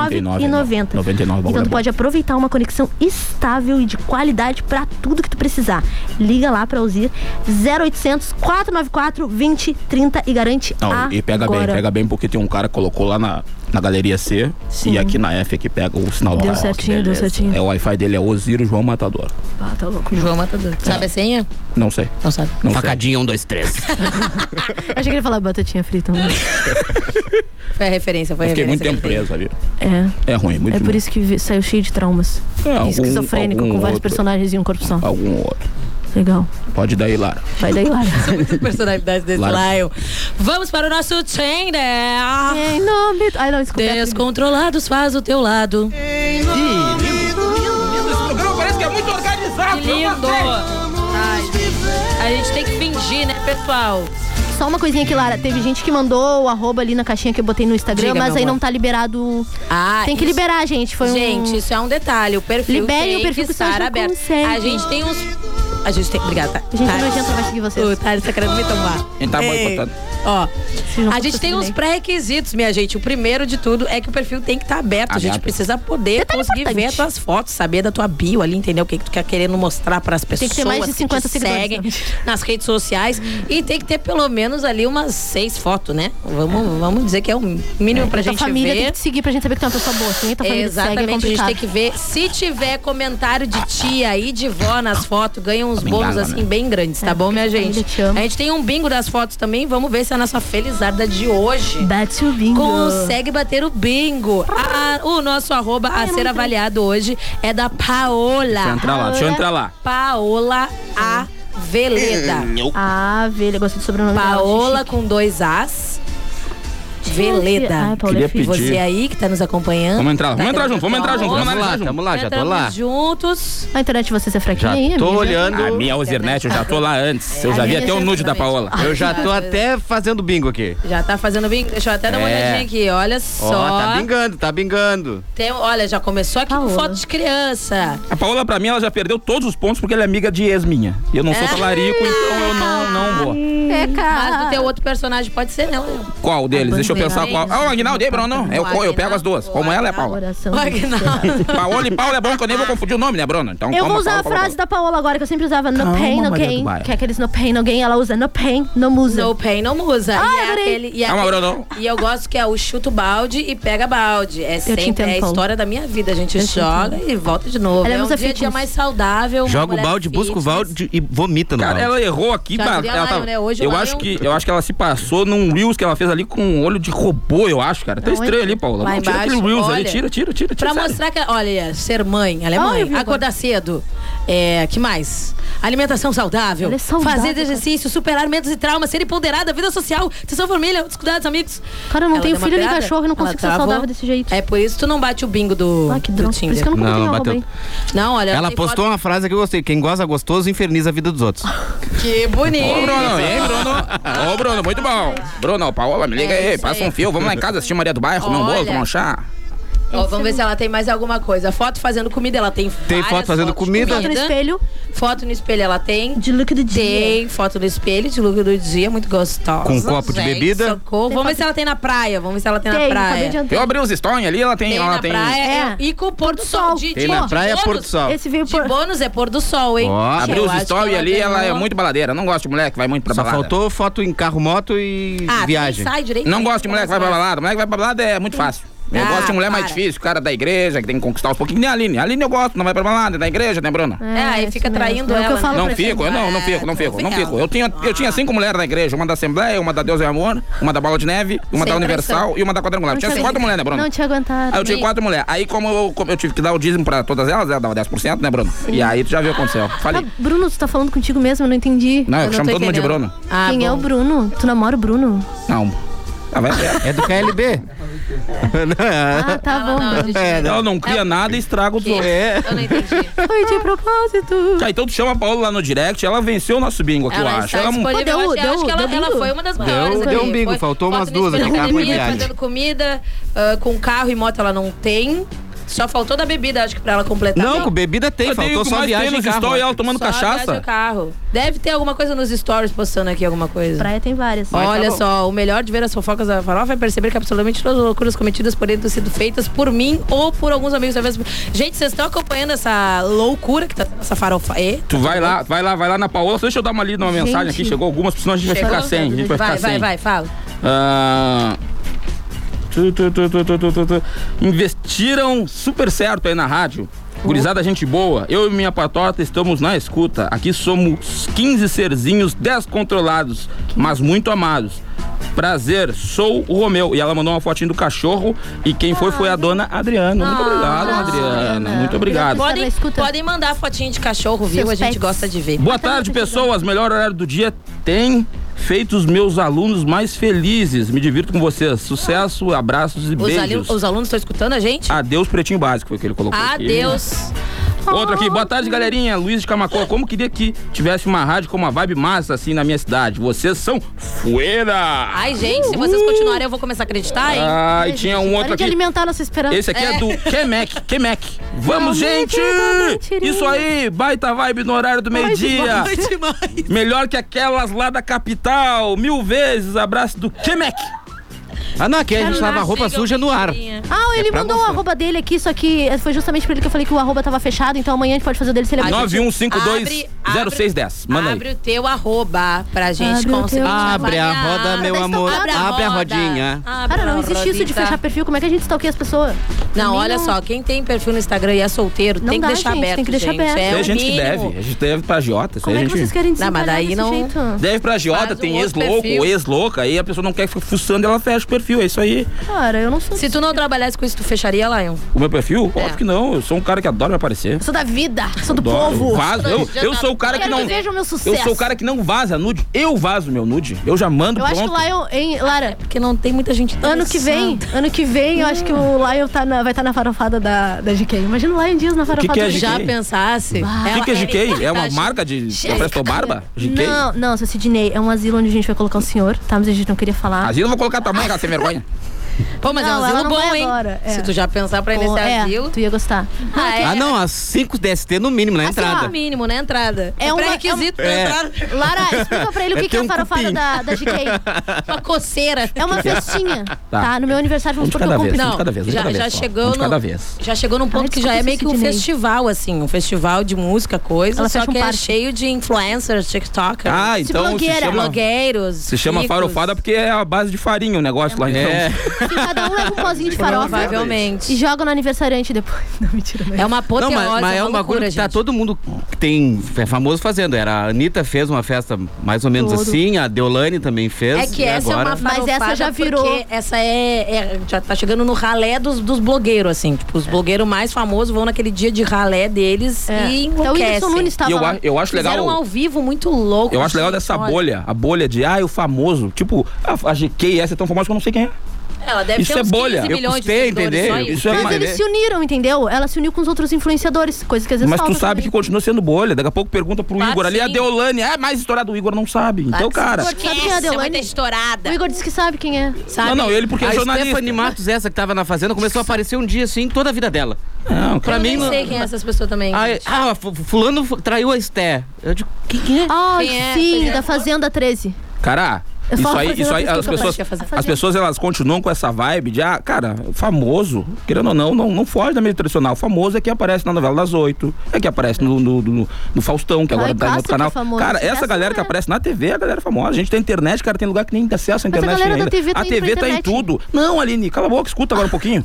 E: 99,90.
B: 99,
E: Então
B: bagulho
E: tu
B: é bom.
E: pode aproveitar uma conexão estável e de qualidade pra tudo que tu precisar. Liga lá pra Ozir 0800 494 2030 e garante
B: Não, e pega
E: agora.
B: bem, pega bem porque tem um cara que colocou lá na, na galeria C e aqui na F é que pega o sinal do
D: Deu
B: Wi-Fi.
D: certinho, deu
B: Beleza.
D: certinho.
B: É, o Wi-Fi dele é Oziro João Matador.
E: Ah, tá louco.
D: João Matador. Sabe a senha?
B: Não sei.
D: Não sabe.
B: Não Facadinha, um, dois, três.
E: Achei que ele ia falar batatinha frita. né?
D: Foi a referência, foi a
B: Fiquei
D: referência.
B: muito
D: que ele
B: tempo preso, sabia?
E: É.
B: É ruim, muito
E: é por
B: ruim.
E: isso que vi- saiu cheio de traumas.
B: É, algum-
E: Esquizofrênico,
B: algum
E: com vários
B: outro. Ah.
E: personagens e um corpo só.
B: Algum outro.
E: Legal.
B: Pode daí, Lara.
E: Vai daí, Lara.
D: tem. Personalidade desse
B: Claro.
D: Lion. Vamos para o nosso Tinder.
E: É.
D: Em
E: nome... Ai, não, desculpa. é
D: Descontrolados faz o teu lado.
A: Ih, lindo, lindo. Esse programa parece que é muito organizado.
D: Que lindo. Ai, a gente tem que fingir, né, pessoal?
E: Só uma coisinha aqui, Lara. Teve gente que mandou o arroba ali na caixinha que eu botei no Instagram,
D: Diga,
E: mas
D: meu
E: aí
D: amor.
E: não tá liberado.
D: Ah,
E: Tem que
D: isso-
E: liberar, gente. Foi um-
D: Gente, isso é um detalhe. O perfil
E: Liberem
D: tem
E: o perfil que
D: que
E: vocês
D: estar
E: não
D: aberto. A gente tem uns... A gente tem... Obrigada. Tá.
E: Gente, nojenta vai seguir vocês.
D: O Thales tá querendo me tomar.
B: Ele tá
D: Ei.
B: boicotando.
D: Ó,
E: não
D: a
E: for
D: gente tem
E: possível,
D: uns
E: nem.
D: pré-requisitos, minha gente. O primeiro de tudo é que o perfil tem que estar aberto. A gente
B: Aberto.
D: precisa poder conseguir ver as tuas fotos, saber da tua bio ali, entender o que, que tu quer querendo mostrar para as
E: Tem
D: pessoas
E: que ter mais de
D: te
E: 50 seguidores,
D: seguem
E: né?
D: nas redes sociais. E tem que ter pelo menos ali umas seis fotos, né? Vamos, vamos dizer que é o mínimo pra
E: Tua
D: gente
E: família
D: ver.
E: tem que te seguir pra gente saber que tu é uma pessoa boa. Assim, tua família te segue, é
D: Exatamente, a gente
E: complicado.
D: tem que ver. Se tiver comentário de tia e de vó nas fotos, ganha uns
E: Também
D: bônus
E: dá,
D: assim
E: né?
D: bem grandes, tá bom, minha gente? A gente tem um bingo das fotos também, vamos ver se a nossa felizarda de hoje
E: Bate o bingo.
D: consegue bater o bingo. A- a- o nosso arroba a ser avaliado hoje é da Paola.
B: Deixa eu entrar lá, deixa eu entrar lá.
D: Paola A. Veleda.
B: Hum, Eu.
E: Ah, Veleda, gostei do sobrenome.
D: Paola com dois As. Veleda.
E: Ah, Paola
B: é Queria filha. pedir.
D: Você aí que tá nos acompanhando.
B: Vamos entrar,
F: Tá,
B: vamos entrar junto, vamos entrar
D: Tá
B: junto, vamos
F: lá,
B: junto.
F: tamo lá, já tô
D: Entramos
F: lá.
D: juntos.
E: A internet de vocês é fraquinha
F: Já
E: aí,
F: tô
E: amiga?
F: olhando.
B: A minha Ozirnet, eu já tô lá antes. Eu
D: É,
B: já vi
D: a
B: até o
D: minha
B: nude da Paola.
D: exatamente.
F: Eu já tô
D: Ah,
F: até fazendo bingo aqui.
D: Já tá fazendo bingo? Deixa eu até dar uma
F: É.
D: olhadinha aqui, olha
F: Ó,
D: só.
F: tá bingando, tá bingando.
D: Tem- um, olha, já começou aqui com foto de criança.
B: A Paola, pra mim, ela já perdeu todos os pontos porque ela é amiga de ex minha. E eu não sou talarico, então eu não, não vou.
D: É, cara.
E: Ah.
D: Mas do teu outro personagem pode ser, né? Léo?
B: Qual deles? Deixa eu pensar qual. Ah, o Aguinaldo, aí, Bruno, não. Eu, eu pego as duas. Como ela é a Paula.
D: O Aguinaldo.
B: Paola e Paula é bom que eu nem vou confundir o nome, né, Bruno? Então,
E: Eu vou
B: calma,
E: usar a
B: Paola, Paola,
E: frase da Paola agora, que eu sempre usava no
B: Calma,
E: pain, no
B: Maria do
E: gain.
B: Bairro.
E: Que é aqueles no pain, no gain, ela usa no pain, no musa.
D: No pain, no musa.
E: Ah,
D: e, é
E: adorei.
D: aquele, e, é
B: Calma,
D: aquele-
B: Bruno.
D: e eu gosto que é o chuto balde e pega balde. É
E: te
D: sempre
E: entendo,
D: é a
E: Paulo.
D: história da minha vida. A gente
E: Eu te
D: joga e volta de novo.
E: Ela
D: é um
E: usa
D: dia a dia
E: fitness.
D: mais saudável. uma
F: Joga o
D: mulher
F: balde, busca o
D: fitness. é
F: balde e vomita no
B: Cara,
F: balde.
B: ela errou aqui,
D: Já
B: bah,
D: dizia
B: ela
D: Lion,
B: tava-
D: né? Hoje o
B: eu
D: Lion-
B: acho que eu acho que ela se passou num Reels que ela fez ali com um olho de robô, eu acho, cara. Tá
D: Não,
B: estranho
D: é-
B: ali, Paula.
D: Lá
B: Não, tira
D: embaixo,
B: aquele Reels ali,
D: olha.
B: tira, tira, tira, tira.
D: Pra
B: sério.
D: mostrar que, olha, ser mãe, ela é
E: Ai, Ah, eu vi
D: mãe,
E: agora.
D: acordar cedo, é, que mais? Alimentação saudável,
E: Ela é saudável,
D: fazer
E: cara.
D: exercício, superar medos e traumas, ser empoderada, vida social, atenção família, outros cuidados, amigos.
E: Cara, eu não
D: Ela
E: tenho
D: deu uma
E: filho nem
D: pirada,
E: cachorro, eu não
D: ela
E: consigo ser
D: travou.
E: saudável desse jeito.
D: É por isso que tu não bate o bingo do,
E: Ah, que
D: do
E: droga, por
D: Tinder.
E: isso que eu nunca
F: Não,
E: não,
F: bateu.
E: bateu.
D: Não, olha,
F: Ela
D: tem
F: postou
D: foto-
F: uma frase que eu gostei: quem goza gostoso inferniza a vida dos outros.
D: Que bonito.
B: um- Ô, Bruno, hein, Bruno? Ô, Bruno, muito bom. Bruno, Paola, me liga aí, passa um fio, vamos lá em casa assistir Maria do Bairro, comer um bolo,
D: É Olha.
B: tomar um chá.
D: Ó, vamos ver se ela tem mais alguma coisa. Foto fazendo comida, ela tem
B: Tem
D: várias
B: foto fazendo
D: fotos de
B: comida.
E: Foto no espelho.
D: Foto no espelho ela tem.
E: De look do dia.
D: Tem foto no espelho, de look do dia, muito gostosa.
B: Com um copo de
D: Gente,
B: bebida.
D: Socorro.
B: Tem
D: Vamos ver
B: foto-
D: se ela tem na praia. Vamos ver se ela tem, na praia.
B: Eu abri os stories ali, ela tem.
D: Tem
B: ela
D: na
B: tem...
D: praia é. e com o pôr do sol. De,
B: Tem
D: de-
B: na
D: de
B: praia,
D: bônus.
B: pôr do sol. Esse
E: veio
D: De bônus é pôr do sol, hein?
B: Ó, abriu
D: Eu
B: os
D: acho que
B: stories ali, ela é
D: ganhou.
B: muito baladeira. Não gosto de mulher que vai muito pra
F: Só
B: balada.
F: faltou foto em carro, moto e
D: Ah, tu
F: viagem.
D: nem sai direito,
B: Não
D: né?
B: gosto de mulher que vai pra balada. Mulher que vai pra balada é muito fácil. Eu
D: Ah,
B: gosto de mulher mais
D: para.
B: difícil, cara da igreja, que tem que conquistar os pouquinhos. Nem a Aline. A Aline eu gosto, não vai pra balada, é da igreja, né, Bruna?
D: É, aí fica traindo
E: É o que eu
D: ela. né?
E: falo
B: Não fico, eu não, não fico, não fico, não fico. Eu tinha, eu tinha cinco mulheres na igreja, uma da Assembleia, uma da Deus e Amor, uma da Bola de Neve, uma
E: Sem
B: da Universal
E: pressão.
B: e uma da Quadrangular. Eu tinha
E: Não te
B: quatro
E: aguentaram.
B: mulheres, né, Bruno?
E: Não te aguentaram.
B: Aí eu tinha quatro mulheres. Aí como eu, como eu tive que dar o dízimo pra todas elas, ela dava 10%, né, Bruno? E aí tu já viu o que aconteceu. Falei.
E: Ah, Bruno, tu tá falando contigo mesmo? Eu não entendi.
B: Não, eu Eu não chamo tô todo mundo de entendendo. Bruno.
E: Quem é o Bruno? Tu namora o Bruno?
B: Não. Ah, vai
C: É do KLB.
E: Ah, tá bom.
B: Ela não cria nada e estraga o
E: Que?
B: outros.
E: Eu
B: É.
E: não Foi de propósito.
B: Tá, então tu chama a Paula lá no direct, ela venceu o nosso bingo aqui, eu
D: Ela
B: acho.
D: está
B: Ela é um-
D: disponível.
E: Pô,
D: eu acho,
E: deu-
D: eu acho
E: deu-
D: que ela,
E: deu
D: ela
E: bingo?
D: foi uma das
B: Deu-
D: maiores.
B: deu
D: aqui.
B: um bingo,
D: Foi-
B: faltou
D: foto
B: umas
D: na
B: duas aqui,
D: pandemia,
B: acabou de viagem.
D: Fazendo comida, ah, com carro e moto ela não tem. Só faltou da bebida, acho que pra ela completar.
F: Não, com bebida tem,
B: Cadê o
F: faltou
B: que
F: só
B: mais
F: viagem
B: tem
F: e
B: nos
F: carro.
B: stories, ela tomando
D: Só
B: cachaça?
D: a viagem e o carro. Deve ter alguma coisa nos stories postando aqui, alguma coisa.
E: Praia tem várias.
B: Tá
D: Olha só, o melhor de ver as fofocas da farofa é perceber que absolutamente todas as loucuras cometidas poderiam ter sido feitas por mim ou por alguns amigos. Talvez... Gente, vocês estão acompanhando essa loucura que tá essa farofa? E?
B: Tu vai lá, vai lá, vai lá na Paola. Deixa eu dar uma lida numa
D: Gente.
B: mensagem aqui, chegou algumas, senão a gente vai ficar sem. A gente vai,
D: vai,
B: ficar
D: vai,
B: sem.
D: vai, fala.
B: Ah, tu, tu, tu, tu, tu, tu, tu, tu. Investiram super certo aí na rádio. Gurizada, gente boa. Eu e minha patota estamos na escuta. Aqui somos 15 serzinhos descontrolados, mas muito amados. Prazer, sou o Romeu. E ela mandou uma fotinha do cachorro. E quem foi foi a dona Adriana. Muito obrigado, Adriana. Muito obrigado.
D: Podem, podem mandar fotinho de cachorro, viu?
B: Seus
D: a gente
B: pets.
D: gosta de ver.
B: Boa tarde, pessoas. Melhor horário do dia tem feito os meus alunos mais felizes. Me divirto com vocês. Sucesso, abraços e
D: Os, ali-
B: beijos.
D: os alunos estão escutando a gente?
B: Adeus, pretinho básico, foi o que ele colocou. aqui.
D: Adeus.
B: Outro aqui, boa tarde, galerinha. Luiz de Camacô, como queria que tivesse uma rádio com uma vibe massa assim na minha cidade? Vocês são fuera!
D: Ai, gente, se vocês continuarem, eu vou começar a acreditar, hein?
B: Ai, tinha um outro
E: Para
B: aqui.
E: de alimentar nossa esperança.
B: Esse aqui é, do Kemek, Kemek. Vamos,
E: Não,
B: gente!
E: mentira, mentira.
B: Isso aí, baita vibe no horário do meio-dia.
E: Ai, boa
B: Melhor que aquelas lá da capital, mil vezes. Abraço do Kemek.
F: Ah, não, aqui a gente lava roupa suja no ar.
E: Ah, ele
F: É pra
E: mandou o arroba dele aqui, só que eh, foi justamente por ele que eu falei que o arroba tava fechado, então amanhã a gente pode fazer o dele se ele abrir.
B: 91520610. Manda aí.
D: Abre o teu arroba pra gente
E: Abre o teu
D: conseguir.
E: arroba.
F: Abre a roda, meu
E: Vocês estão-
F: amor.
E: abre a
F: Abre a
D: roda.
F: rodinha.
E: Cara, não existe isso de fechar perfil. Como é que a gente stalkeia as pessoas?
D: Não,
E: Pra mim,
D: olha só, quem tem perfil no Instagram e é solteiro,
E: Não
D: tem
E: dá,
D: que deixar
E: gente,
D: aberto.
E: tem que deixar aberto.
D: É
B: Tem
D: o
B: gente que
D: mínimo.
B: deve. A gente deve pra agiota.
D: Como é que vocês querem Não, mas daí não-
B: Deve pra agiota,
D: Faz um
B: tem
D: outro
B: ex-louco,
D: perfil.
B: ex-louca. Aí a pessoa não quer ficar fuçando, ela fecha o perfil. É isso aí.
E: Cara, eu não sou.
D: Se tu não trabalhasse com isso, tu fecharia, Lion?
B: O meu perfil?
D: É.
B: Óbvio que não. Eu sou um cara que adora me aparecer.
E: Sou da vida, sou do
B: Adoro.
E: povo.
B: Vazo. Eu, eu sou o cara que
D: tá
E: Quero
B: não.
E: vejam o meu
B: Eu
E: sucesso.
B: sou o cara que não vaza nude. Eu vazo meu nude. Eu já mando
E: Eu acho que
B: pronto.
E: o Lion, hein, Lara?
D: Porque não tem muita gente
E: Ano que vem, ano que vem, eu acho que o
B: Hum.
E: Lion tá na- vai estar na farofada da, da GK. Imagina o Lion Dias na farofada
B: que é
E: da
B: GK?
E: Já
B: Já
D: pensasse?
B: O que, que é GK? É uma marca de. Presta barba? GK?
E: Não, não, seu Sidney, é um asilo onde a gente vai colocar o senhor, tá? Mas a gente não queria falar.
B: Asilo, eu vou colocar tamanho, cara, sem vergonha.
D: Pô, mas
E: Não,
D: é um
E: ela
D: asilo
E: não
D: bom,
E: vai
D: hein?
E: agora, é.
D: Se tu já pensar pra ir
E: Pô,
D: nesse
E: é,
D: asilo.
E: Tu ia gostar.
D: Ah, é.
F: Ah, não, as 5 DST no mínimo na
D: o
F: entrada.
D: mínimo, na entrada.
E: É
D: É
E: uma-
D: um pré-requisito
F: é uma-
D: pra
E: É.
D: entrar.
E: Lara, explica pra ele o
F: É
E: que, que
F: ter
E: é a
F: um
E: farofada
F: cupim.
E: da, da GK.
D: Uma coceira.
E: É uma festinha, tá? No meu aniversário
B: Um
E: vamos
B: de
E: porque
B: cada
E: eu
B: vez,
E: cumpri.
B: um de cada vez, um de
D: já,
B: cada
D: já
B: vez. só.
D: chegou
B: Um de
D: no,
B: cada vez.
D: Já chegou num ponto que já é
E: desculpa,
D: meio que um
E: Sidney.
D: festival, assim. Um festival de música, coisa.
E: Ela
D: só
E: fecha um
D: que é
E: parque.
D: cheio de influencers, tiktokers.
B: Ah, então se Blogueira. chama-
D: blogueiros.
B: Se chama
D: ricos.
B: farofada porque é a base de farinha o negócio lá, então.
F: É.
E: Se cada um leva um pozinho de farofa. é
D: Provavelmente.
E: E joga no aniversariante depois. Não, mentira. né? Não
D: É uma
F: Não,
D: apoteose,
F: mas, mas é um bagulho
D: loucura,
F: que tá
D: gente.
F: todo mundo que tem é famoso fazendo. Era a Anitta fez uma festa mais ou menos
D: Todo.
F: assim, a Deolane também fez.
D: É que
F: e
D: essa
F: agora...
D: é uma farofada
E: Mas essa já virou.
D: porque Essa é, é- Já tá chegando no ralé dos, dos blogueiros, assim. Tipo, os blogueiros mais famosos vão naquele dia de ralé deles
E: É.
D: e
E: Até o Whindersson
D: enlouquecem.
E: Nunes tava
B: E eu lá. a- eu acho legal-
D: Fizeram um ao vivo muito louco.
B: Eu acho legal
D: gente,
B: dessa
D: olha.
B: bolha, a bolha de, ah, o famoso. Tipo, a, a GK, essa é tão famosa que eu não sei quem é.
D: Ela deve
B: Isso
D: ter
B: é
D: uns
B: bolha.
D: 15
B: Eu
D: milhões de
B: custei
D: seguidores,
B: entender,
D: só isso.
B: isso é
E: Mas
B: uma-
E: eles se uniram, entendeu? Ela se uniu com os outros influenciadores, coisa que às vezes
B: Mas tu
E: falta
B: sabe que continua sendo bolha. Daqui a pouco pergunta pro
D: Tá
E: Claro
B: Igor
E: que
B: ali, a
E: sim.
B: Deolane. Ah, mais estourado o Igor não sabe. Então, cara.
E: Sabe quem é a Deolane?
D: estourada.
E: O Igor disse que sabe quem é.
D: Sabe?
F: não, ele
B: porque é
F: a
B: jornalista.
F: Stephanie Matos, essa que tava na fazenda, começou a aparecer um dia assim, toda a vida dela. Não, pra
D: eu
F: mim.
D: nem sei quem é essas pessoas também.
F: Ah, ah, fu- fulano fu- traiu a Esté. Eu digo, quem é?
E: Ah,
D: Quem é?
E: sim,
D: Pois é.
E: da Fazenda 13.
B: Cara,
E: Eu
B: isso
E: falo
B: aí,
E: fazendo
B: isso aí,
E: a pesquisa
B: as
E: que eu
B: pessoas,
E: falei que ia fazer.
B: as pessoas elas continuam com essa vibe de, ah, cara, famoso, querendo ou não, não, não foge da mídia tradicional. Famoso é quem aparece na novela das oito, é quem aparece no, no, no- no Faustão, que
E: Ai,
B: agora tá em
E: gosta
B: outro
E: que é
B: canal.
E: famoso,
B: cara,
E: se
B: essa
E: essa
B: galera que aparece na TV é a galera famosa. A gente tem internet, cara, tem lugar que nem tem acesso à
E: Mas a
B: internet
E: galera
B: ainda.
E: da TV tá
B: a
E: indo pra
B: TV tá em
E: internet.
B: tudo. Não, Aline, cala a boca, escuta agora um pouquinho.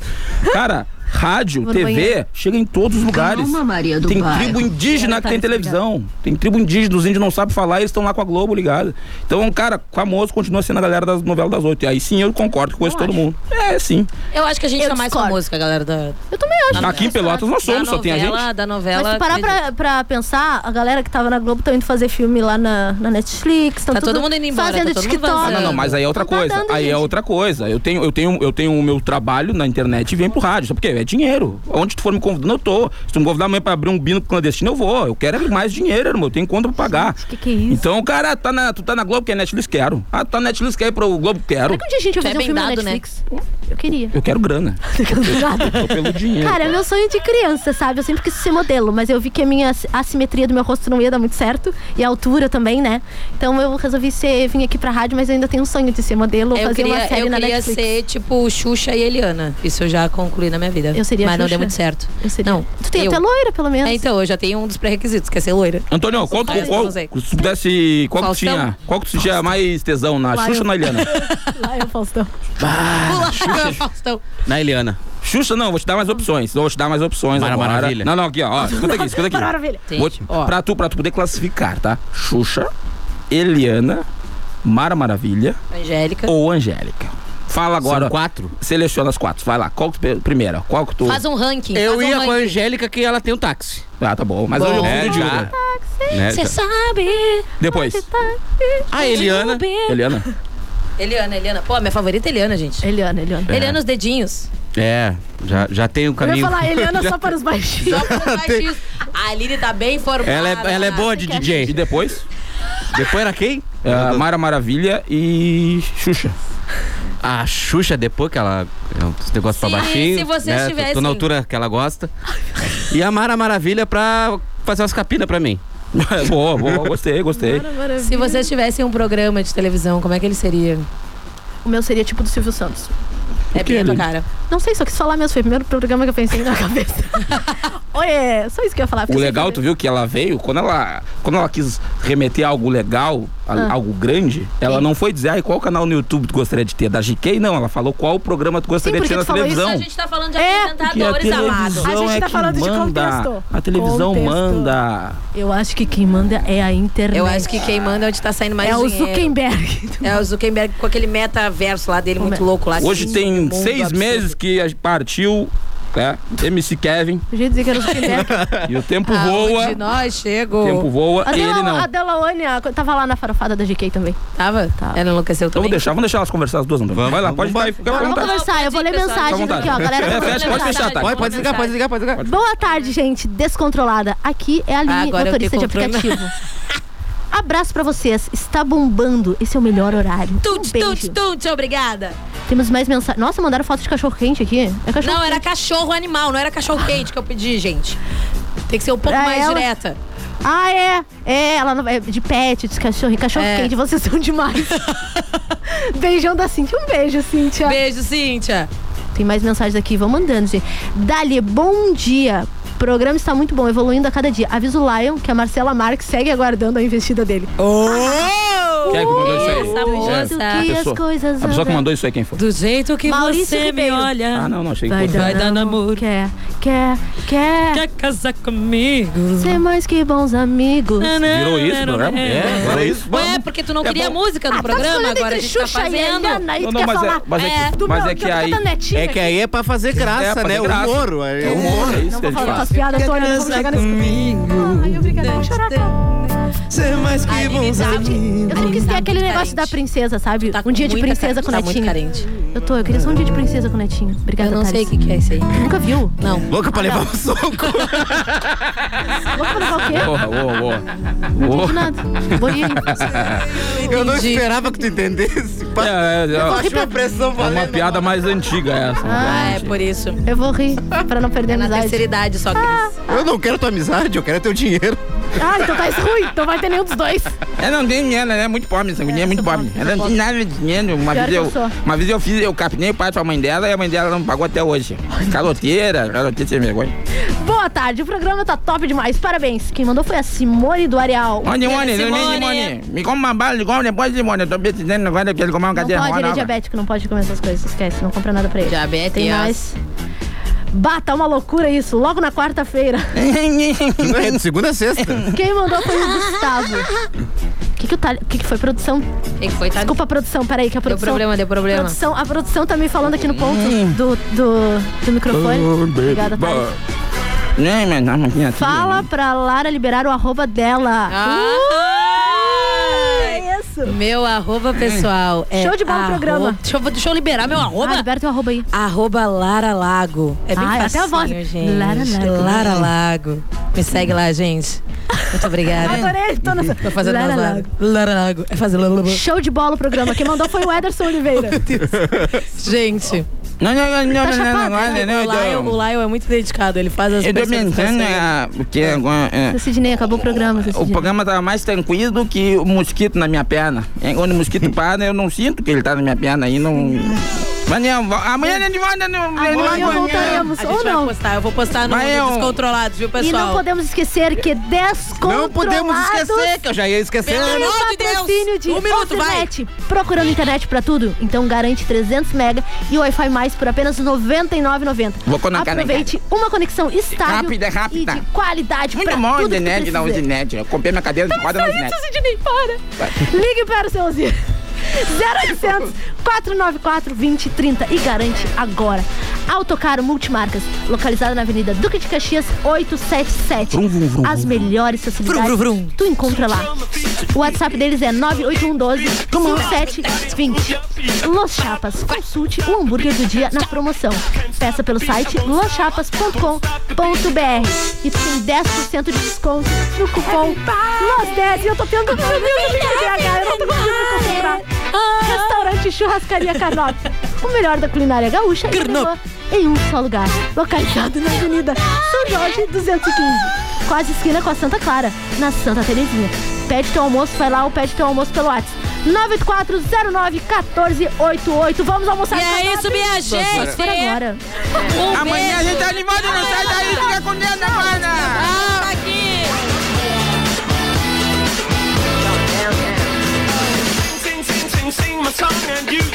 B: Cara, rádio,
E: Vou no
B: TV,
E: banheiro.
B: chega em todos os lugares.
E: Calma, Maria do
B: tem
E: Bairro. tá
B: tribo indígena que tem televisão. Tem tribo indígena, os índios não sabem falar, eles estão lá com a Globo ligada. Então, cara, famoso continua sendo a galera das novelas das oito. E aí sim eu concordo com isso todo mundo. É, sim.
D: Eu acho que a gente
E: Eu
D: é mais
E: discordo.
D: famoso que a galera da.
E: Eu também acho que
B: Aqui em Pelotas nós somos, só tem a gente.
D: Da novela.
E: Mas se parar pra, pra pensar, a galera que tava na Globo estão indo fazer filme lá na, na Netflix. tão
D: Tá todo
E: tudo
D: mundo indo embora, tá
E: Fazendo
D: todo mundo
E: TikTok.
D: vazando.
B: Ah, não, não, mas aí é
E: tá
B: outra coisa. aí é outra coisa. Eu tenho, eu tenho, eu tenho o meu trabalho na internet e vem pro rádio. Sabe por quê? É dinheiro. Onde tu for me convidando, eu tô. Se tu me convidar amanhã pra abrir um bino clandestino, eu vou. Eu quero é mais dinheiro, irmão. Eu tenho conta pra pagar.
E: que, que é isso?
B: Então, cara, tá na, tu tá na Globo, quer Netflix? Quero. Ah, tu tá na Netflix, quer ir pro Globo? Quero.
E: Será que um dia a gente vai
D: Tu é
E: fazer um
D: bem
E: filme na
D: dado, né?
E: Netflix? Eu queria.
B: Eu quero grana. Tô pelo dinheiro.
E: Cara, é meu sonho de criança, sabe? Eu sempre quis ser modelo, mas eu vi que a minha ass- assimetria do meu rosto não ia dar muito certo. E a altura também, né? Então eu resolvi ser, vim aqui pra rádio, mas eu ainda tenho um sonho de ser modelo,
D: Eu
E: fazer
D: queria,
E: uma série
D: eu
E: na
D: queria
E: Netflix.
D: ser tipo Xuxa e Eliana. Isso eu já concluí na minha vida.
E: Eu seria
D: Mas não
E: Xuxa?
D: deu muito certo. Não.
E: Tu tem
D: eu.
E: até loira, pelo menos.
D: É, então, eu já tenho um dos pré-requisitos, que é ser loira.
B: Antônio, qual,
D: Ah, eu
B: qual, qual,
D: não sei.
B: se tu pudesse. Qual que
D: Faustão?
B: tinha? Qual que tu tinha mais tesão na
D: Lá
B: Xuxa
D: eu.
B: ou na Eliana?
E: Lá eu Faustão.
D: Pula, Faustão.
B: Na Eliana. Xuxa, não, vou te dar mais opções. Vou te dar mais opções.
F: Mara
B: agora.
F: Maravilha.
B: Não, não, aqui, ó. ó escuta aqui, escuta aqui.
F: Mara Maravilha.
B: Vou,
F: Gente,
B: pra, tu, pra tu poder classificar, tá? Xuxa, Eliana, Mara Maravilha.
D: Angélica.
B: Ou Angélica. Fala agora.
F: São quatro?
B: Seleciona as quatro. Vai lá. Qual que tu. Primeira, qual que tu.
D: Faz um ranking.
F: Eu
D: faz um
F: ia com a
D: ranking.
F: Angélica que ela tem um táxi.
B: Ah, tá bom. Mas
F: Bom,
B: hoje eu
F: é,
B: vou de
F: já.
B: Uber. Né,
D: Você
B: já.
D: sabe.
B: Depois.
E: tá
F: A Eliana.
B: É Eliana?
D: Eliana, Eliana. Pô, minha favorita é Eliana, gente.
E: Eliana, Eliana.
F: É.
D: Eliana os dedinhos.
F: É, já, já tem o caminho. Já-
E: para
B: tá.
E: os baixinhos.
D: Só para os baixinhos. A Aline tá bem formada.
F: Ela é, ela é boa de DJ.
B: E depois?
F: Depois era quem?
B: Ah, Mara Maravilha e Xuxa.
F: A Xuxa, depois que ela. é um negócio pra
D: Se-
F: baixinho.
D: se vocês
F: né? Tô- Tô
D: tivessem-
F: na altura que ela gosta. E a Mara Maravilha pra fazer umas capinas pra mim.
B: É, boa, boa, gostei, gostei.
D: Se vocês tivessem um programa de televisão, como é que ele seria?
E: O meu seria tipo do Silvio Santos.
D: É bem a tua cara.
E: Não sei, só quis falar mesmo. Foi o primeiro programa que eu pensei na cabeça. Oi, é só isso que eu ia falar.
B: O legal, tu viu que ela veio, quando ela, quando ela quis remeter a algo legal, a-
E: Ah.
B: algo grande, ela não foi dizer, ai, qual canal no YouTube tu gostaria de ter? Da GK, não, ela falou qual programa tu gostaria de ter na televisão.
D: tá falando de
B: Porque a televisão é que manda. A televisão
E: tá Contexto.
B: manda.
E: Eu acho que quem manda é a internet.
D: Eu acho que quem manda é onde tá saindo mais
E: É o
D: dinheiro.
E: Zuckerberg.
D: É o Zuckerberg com aquele metaverso lá dele, muito louco
E: Assim,
D: lá.
B: Hoje
D: que
B: tem
D: mundo
B: seis
D: absurdo.
B: meses que a gente partiu, né? MC Kevin.
E: Eu ia dizer que era o Zuckerberg.
B: e o tempo
E: Ah,
D: Aonde
B: voa.
D: nós
B: O
D: chegou.
B: tempo voa,
E: A
B: ele
E: Dela-
B: não. Então,
E: A Delaone a- tava lá na farofada da GK também.
D: Tava? Ela enlouqueceu
B: Então vou deixar, vamos deixar elas conversar as duas, não. Vai lá, pode vai, fica à
E: Vamos
B: vontade.
E: conversar, eu vou ler mensagem
B: Fica à
E: aqui, ó.
B: vontade.
E: Galera,
B: É,
E: tá
B: fecha,
E: mandando
B: pode fechar,
E: mensagem.
B: tá? Pode, pode desligar, pode
F: desligar, pode desligar.
E: Boa tarde, gente. Descontrolada. Aqui é a Aline,
D: Agora eu
E: motorista de
D: tenho controle.
E: aplicativo. Abraço pra vocês. Está bombando. Esse é o melhor horário.
D: Tut, tut, tut, obrigada.
E: Temos mais mensagens. Nossa, mandaram foto de cachorro quente aqui. É cachorro
D: Não, era cachorro animal, não era cachorro quente que eu pedi, gente. Tem que ser um pouco
E: Pra
D: mais
E: ela-
D: direta.
E: Ah, é. É, ela não é de pet, de cachorro, cachorro quente, vocês são demais. Beijão da Cintia, um beijo, Cintia.
D: Beijo, Cíntia.
E: Tem mais mensagens aqui, vão mandando, gente. Dali, bom dia. O programa está muito bom, evoluindo a cada dia. Avisa o Lion que a Marcela Marques segue aguardando a investida dele.
B: Quem é que mandou isso aí?
E: tá
D: Essa moça.
B: É, a
D: Que as
B: pessoa-
E: coisas
B: A pessoa que
E: andam.
B: mandou isso aí, quem foi?
D: Do jeito que
E: Maurício
D: você
E: Ribeiro.
D: me olha.
B: Ah, não, não, achei que
D: Vai,
B: fosse.
D: dar, namoro.
E: Quer, quer, quer.
D: Quer casar comigo?
E: Ser mais que bons amigos.
B: Virou isso o programa?
D: É,
B: É, virou isso. É
D: Ué, porque tu não queria música no
E: Ah, tá
D: programa,
E: falando
D: agora a
E: entre
D: gente tá
E: Xuxa e
D: fazendo.
E: Eliana, aí tu
B: Não, não,
E: quer
B: mas é-
E: falar
B: mas é que-
E: do
B: mas
E: meu-
B: é que
E: do meu
B: aí-
E: catanetinho
F: É que aí é pra fazer graça,
B: É, pra
F: né?
B: fazer graça.
F: O humor.
B: É humor, é isso
E: Não
B: que a
E: vou
B: gente
E: falar
B: faz.
E: tuas piadas, Tônia, não
D: é
E: vamos chegar nesse Ai, obrigada, vou chorar.
N: Ser mais que bons
E: Eu
N: amigos.
E: sempre quis ter aquele
D: Tá
E: negócio da princesa, sabe? um dia de
D: muita
E: princesa
D: carente,
E: com
D: tá Tá muito
E: netinho.
D: carente.
E: Eu tô, eu queria só um dia de princesa com netinho. Obrigada,
D: Eu não sei o
E: Thales.
D: que, que é isso aí.
E: Nunca viu?
D: Não.
F: Louca pra levar um soco.
E: Vamos levar o quê?
B: Boa, boa, boa. Boa.
E: De nada. Vou ir.
F: Eu não esperava que tu entendesse.
B: É, é, é,
F: Eu acho uma pressão
B: é uma
F: valendo.
B: piada mais antiga essa.
E: Ah,
D: É, por isso.
E: Eu vou rir, pra não perder a
D: É Na
E: amizade.
D: terceira idade só, Cris.
F: Eu não quero tua amizade, eu quero teu dinheiro.
E: Ah, então tá isso ruim. Então vai ter nenhum dos dois.
B: Ela não tem dinheiro, ela é muito pobre, essa guria é muito pobre. Ela não tem nada de dinheiro. Uma
E: Pior
B: vez
E: que eu
B: eu,
E: sou.
B: uma vez eu fiz, eu capinei o pai pra mãe dela e a mãe dela não pagou até hoje. Caloteira, caloteira sem vergonha.
E: Boa tarde, o programa tá top demais. Parabéns. Quem mandou foi a Simone do Areal.
B: Onde, Simone, Simone, Simone, me come uma bala de gol depois, Simone. Eu tô precisando agora que ele comer um
E: Não
B: cadeira.
E: pode, ele é diabético, não pode comer essas coisas. Esquece, não compra nada pra ele.
D: Diabetes.
E: Tem mais. Bah, tá uma loucura isso. Logo na quarta-feira.
F: É de segunda a sexta.
E: Quem mandou foi o Gustavo. que, que, o tal- que, que foi, produção?
D: Que que foi, Thales?
E: Desculpa, produção, peraí, que a produção.
D: problema, deu problema.
E: Produção, a produção tá me falando aqui no ponto do, do, do microfone. Obrigada, Thales.
B: Né, meu nome aqui é tudo.
E: Fala pra Lara liberar o arroba dela. Uh, é
D: Isso. Meu arroba pessoal é
E: Show de bola no
D: arroba-
E: programa.
D: Deixa eu, deixa eu liberar meu arroba.
E: Ah, libera teu arroba aí.
D: Arroba Lara Lago. É bem
E: Ai, até
D: facinho,
E: a voz.
D: gente.
E: Lara Lago.
D: Lara Lago. Me segue lá, gente. Muito obrigada.
E: Adorei, tô no...
D: Vou fazer
E: Lara
D: mais Lago.
E: Lago.
D: Lara Lago. É fazer Lara Lago.
E: Show de bola o programa. Quem mandou foi o Ederson Oliveira.
D: Gente.
B: Não, não, não, não,
D: Tá
B: não, não,
D: chapado,
B: olha,
D: né?
B: não,
D: O Lyle-
B: eu
D: O Lyle é muito dedicado, ele faz as
B: tô- eu tô
D: personificações
B: pensando,
D: dele.
B: é, porque agora. é,
E: Seu Sidney, acabou o programa. seu
B: o
E: Sidney.
B: programa tava mais tranquilo do que o mosquito na minha perna. É, Quando o mosquito para, eu não sinto que ele tá na minha perna aí, não. Mas não, va- amanhã ele vai, né, não, ele vai
E: Amanhã
B: amanhã.
E: voltaremos,
D: A gente
E: ou
D: vai
E: não.
D: postar, eu vou postar no
E: Mas
D: mundo
E: eu-
D: Descontrolados, viu, pessoal?
E: E não podemos esquecer que descontrolados...
D: Não podemos
F: É
D: esquecer, que eu já ia esquecendo. Pelo
E: Tem o
D: amor de Deus.
E: patrocínio de
D: Um minuto, vai.
E: Ocenet. Procurando internet pra tudo? Então garante 300 mega e Wi-Fi mais por apenas R$ 99,90.
B: Vou colocar na
E: Aproveite uma conexão estável
D: é
B: Rápida, rápida.
E: e de qualidade
B: Muito
E: pra
B: bom,
E: tudo que tu
B: Zinete, não,
E: precisa.
B: Zinete. Eu comprei minha cadeira de roda na
E: Isso aí,
B: Zinete.
E: seu Sidney, para. Ligue para o seu Zir. 0800 494 2030 e garante agora. Autocaro Multimarcas, localizado na Avenida Duque de Caxias 877. As melhores facilidades
D: Vrum, vrum, vrum.
E: tu encontra lá. O WhatsApp deles é 98112 5720. um Los Chapas, consulte o hambúrguer do dia na promoção. Peça pelo site loschapas.com.br e tem 10% de desconto no cupom LOS10. E eu tô tendo meu Deus, eu tenho que pegar, eu não tô conseguindo comprar. Restaurante Churrascaria Carnop. O melhor da culinária gaúcha e alemã em um só lugar. Localizado na Avenida São Jorge 215 quase esquina com a Santa Clara, na Santa Terezinha. Pede teu almoço, vai lá ou pede teu almoço pelo WhatsApp. 9409-1488. Vamos almoçar
D: E
E: com a
D: é
E: Nove.
D: isso, minha gente.
E: Por agora.
D: Um
E: Amanhã
D: beijo.
E: a gente tá de volta, não sai daí, fica com Deus, né, mana?
D: Calma aqui.
H: Sing, sing, sing, sing my song and you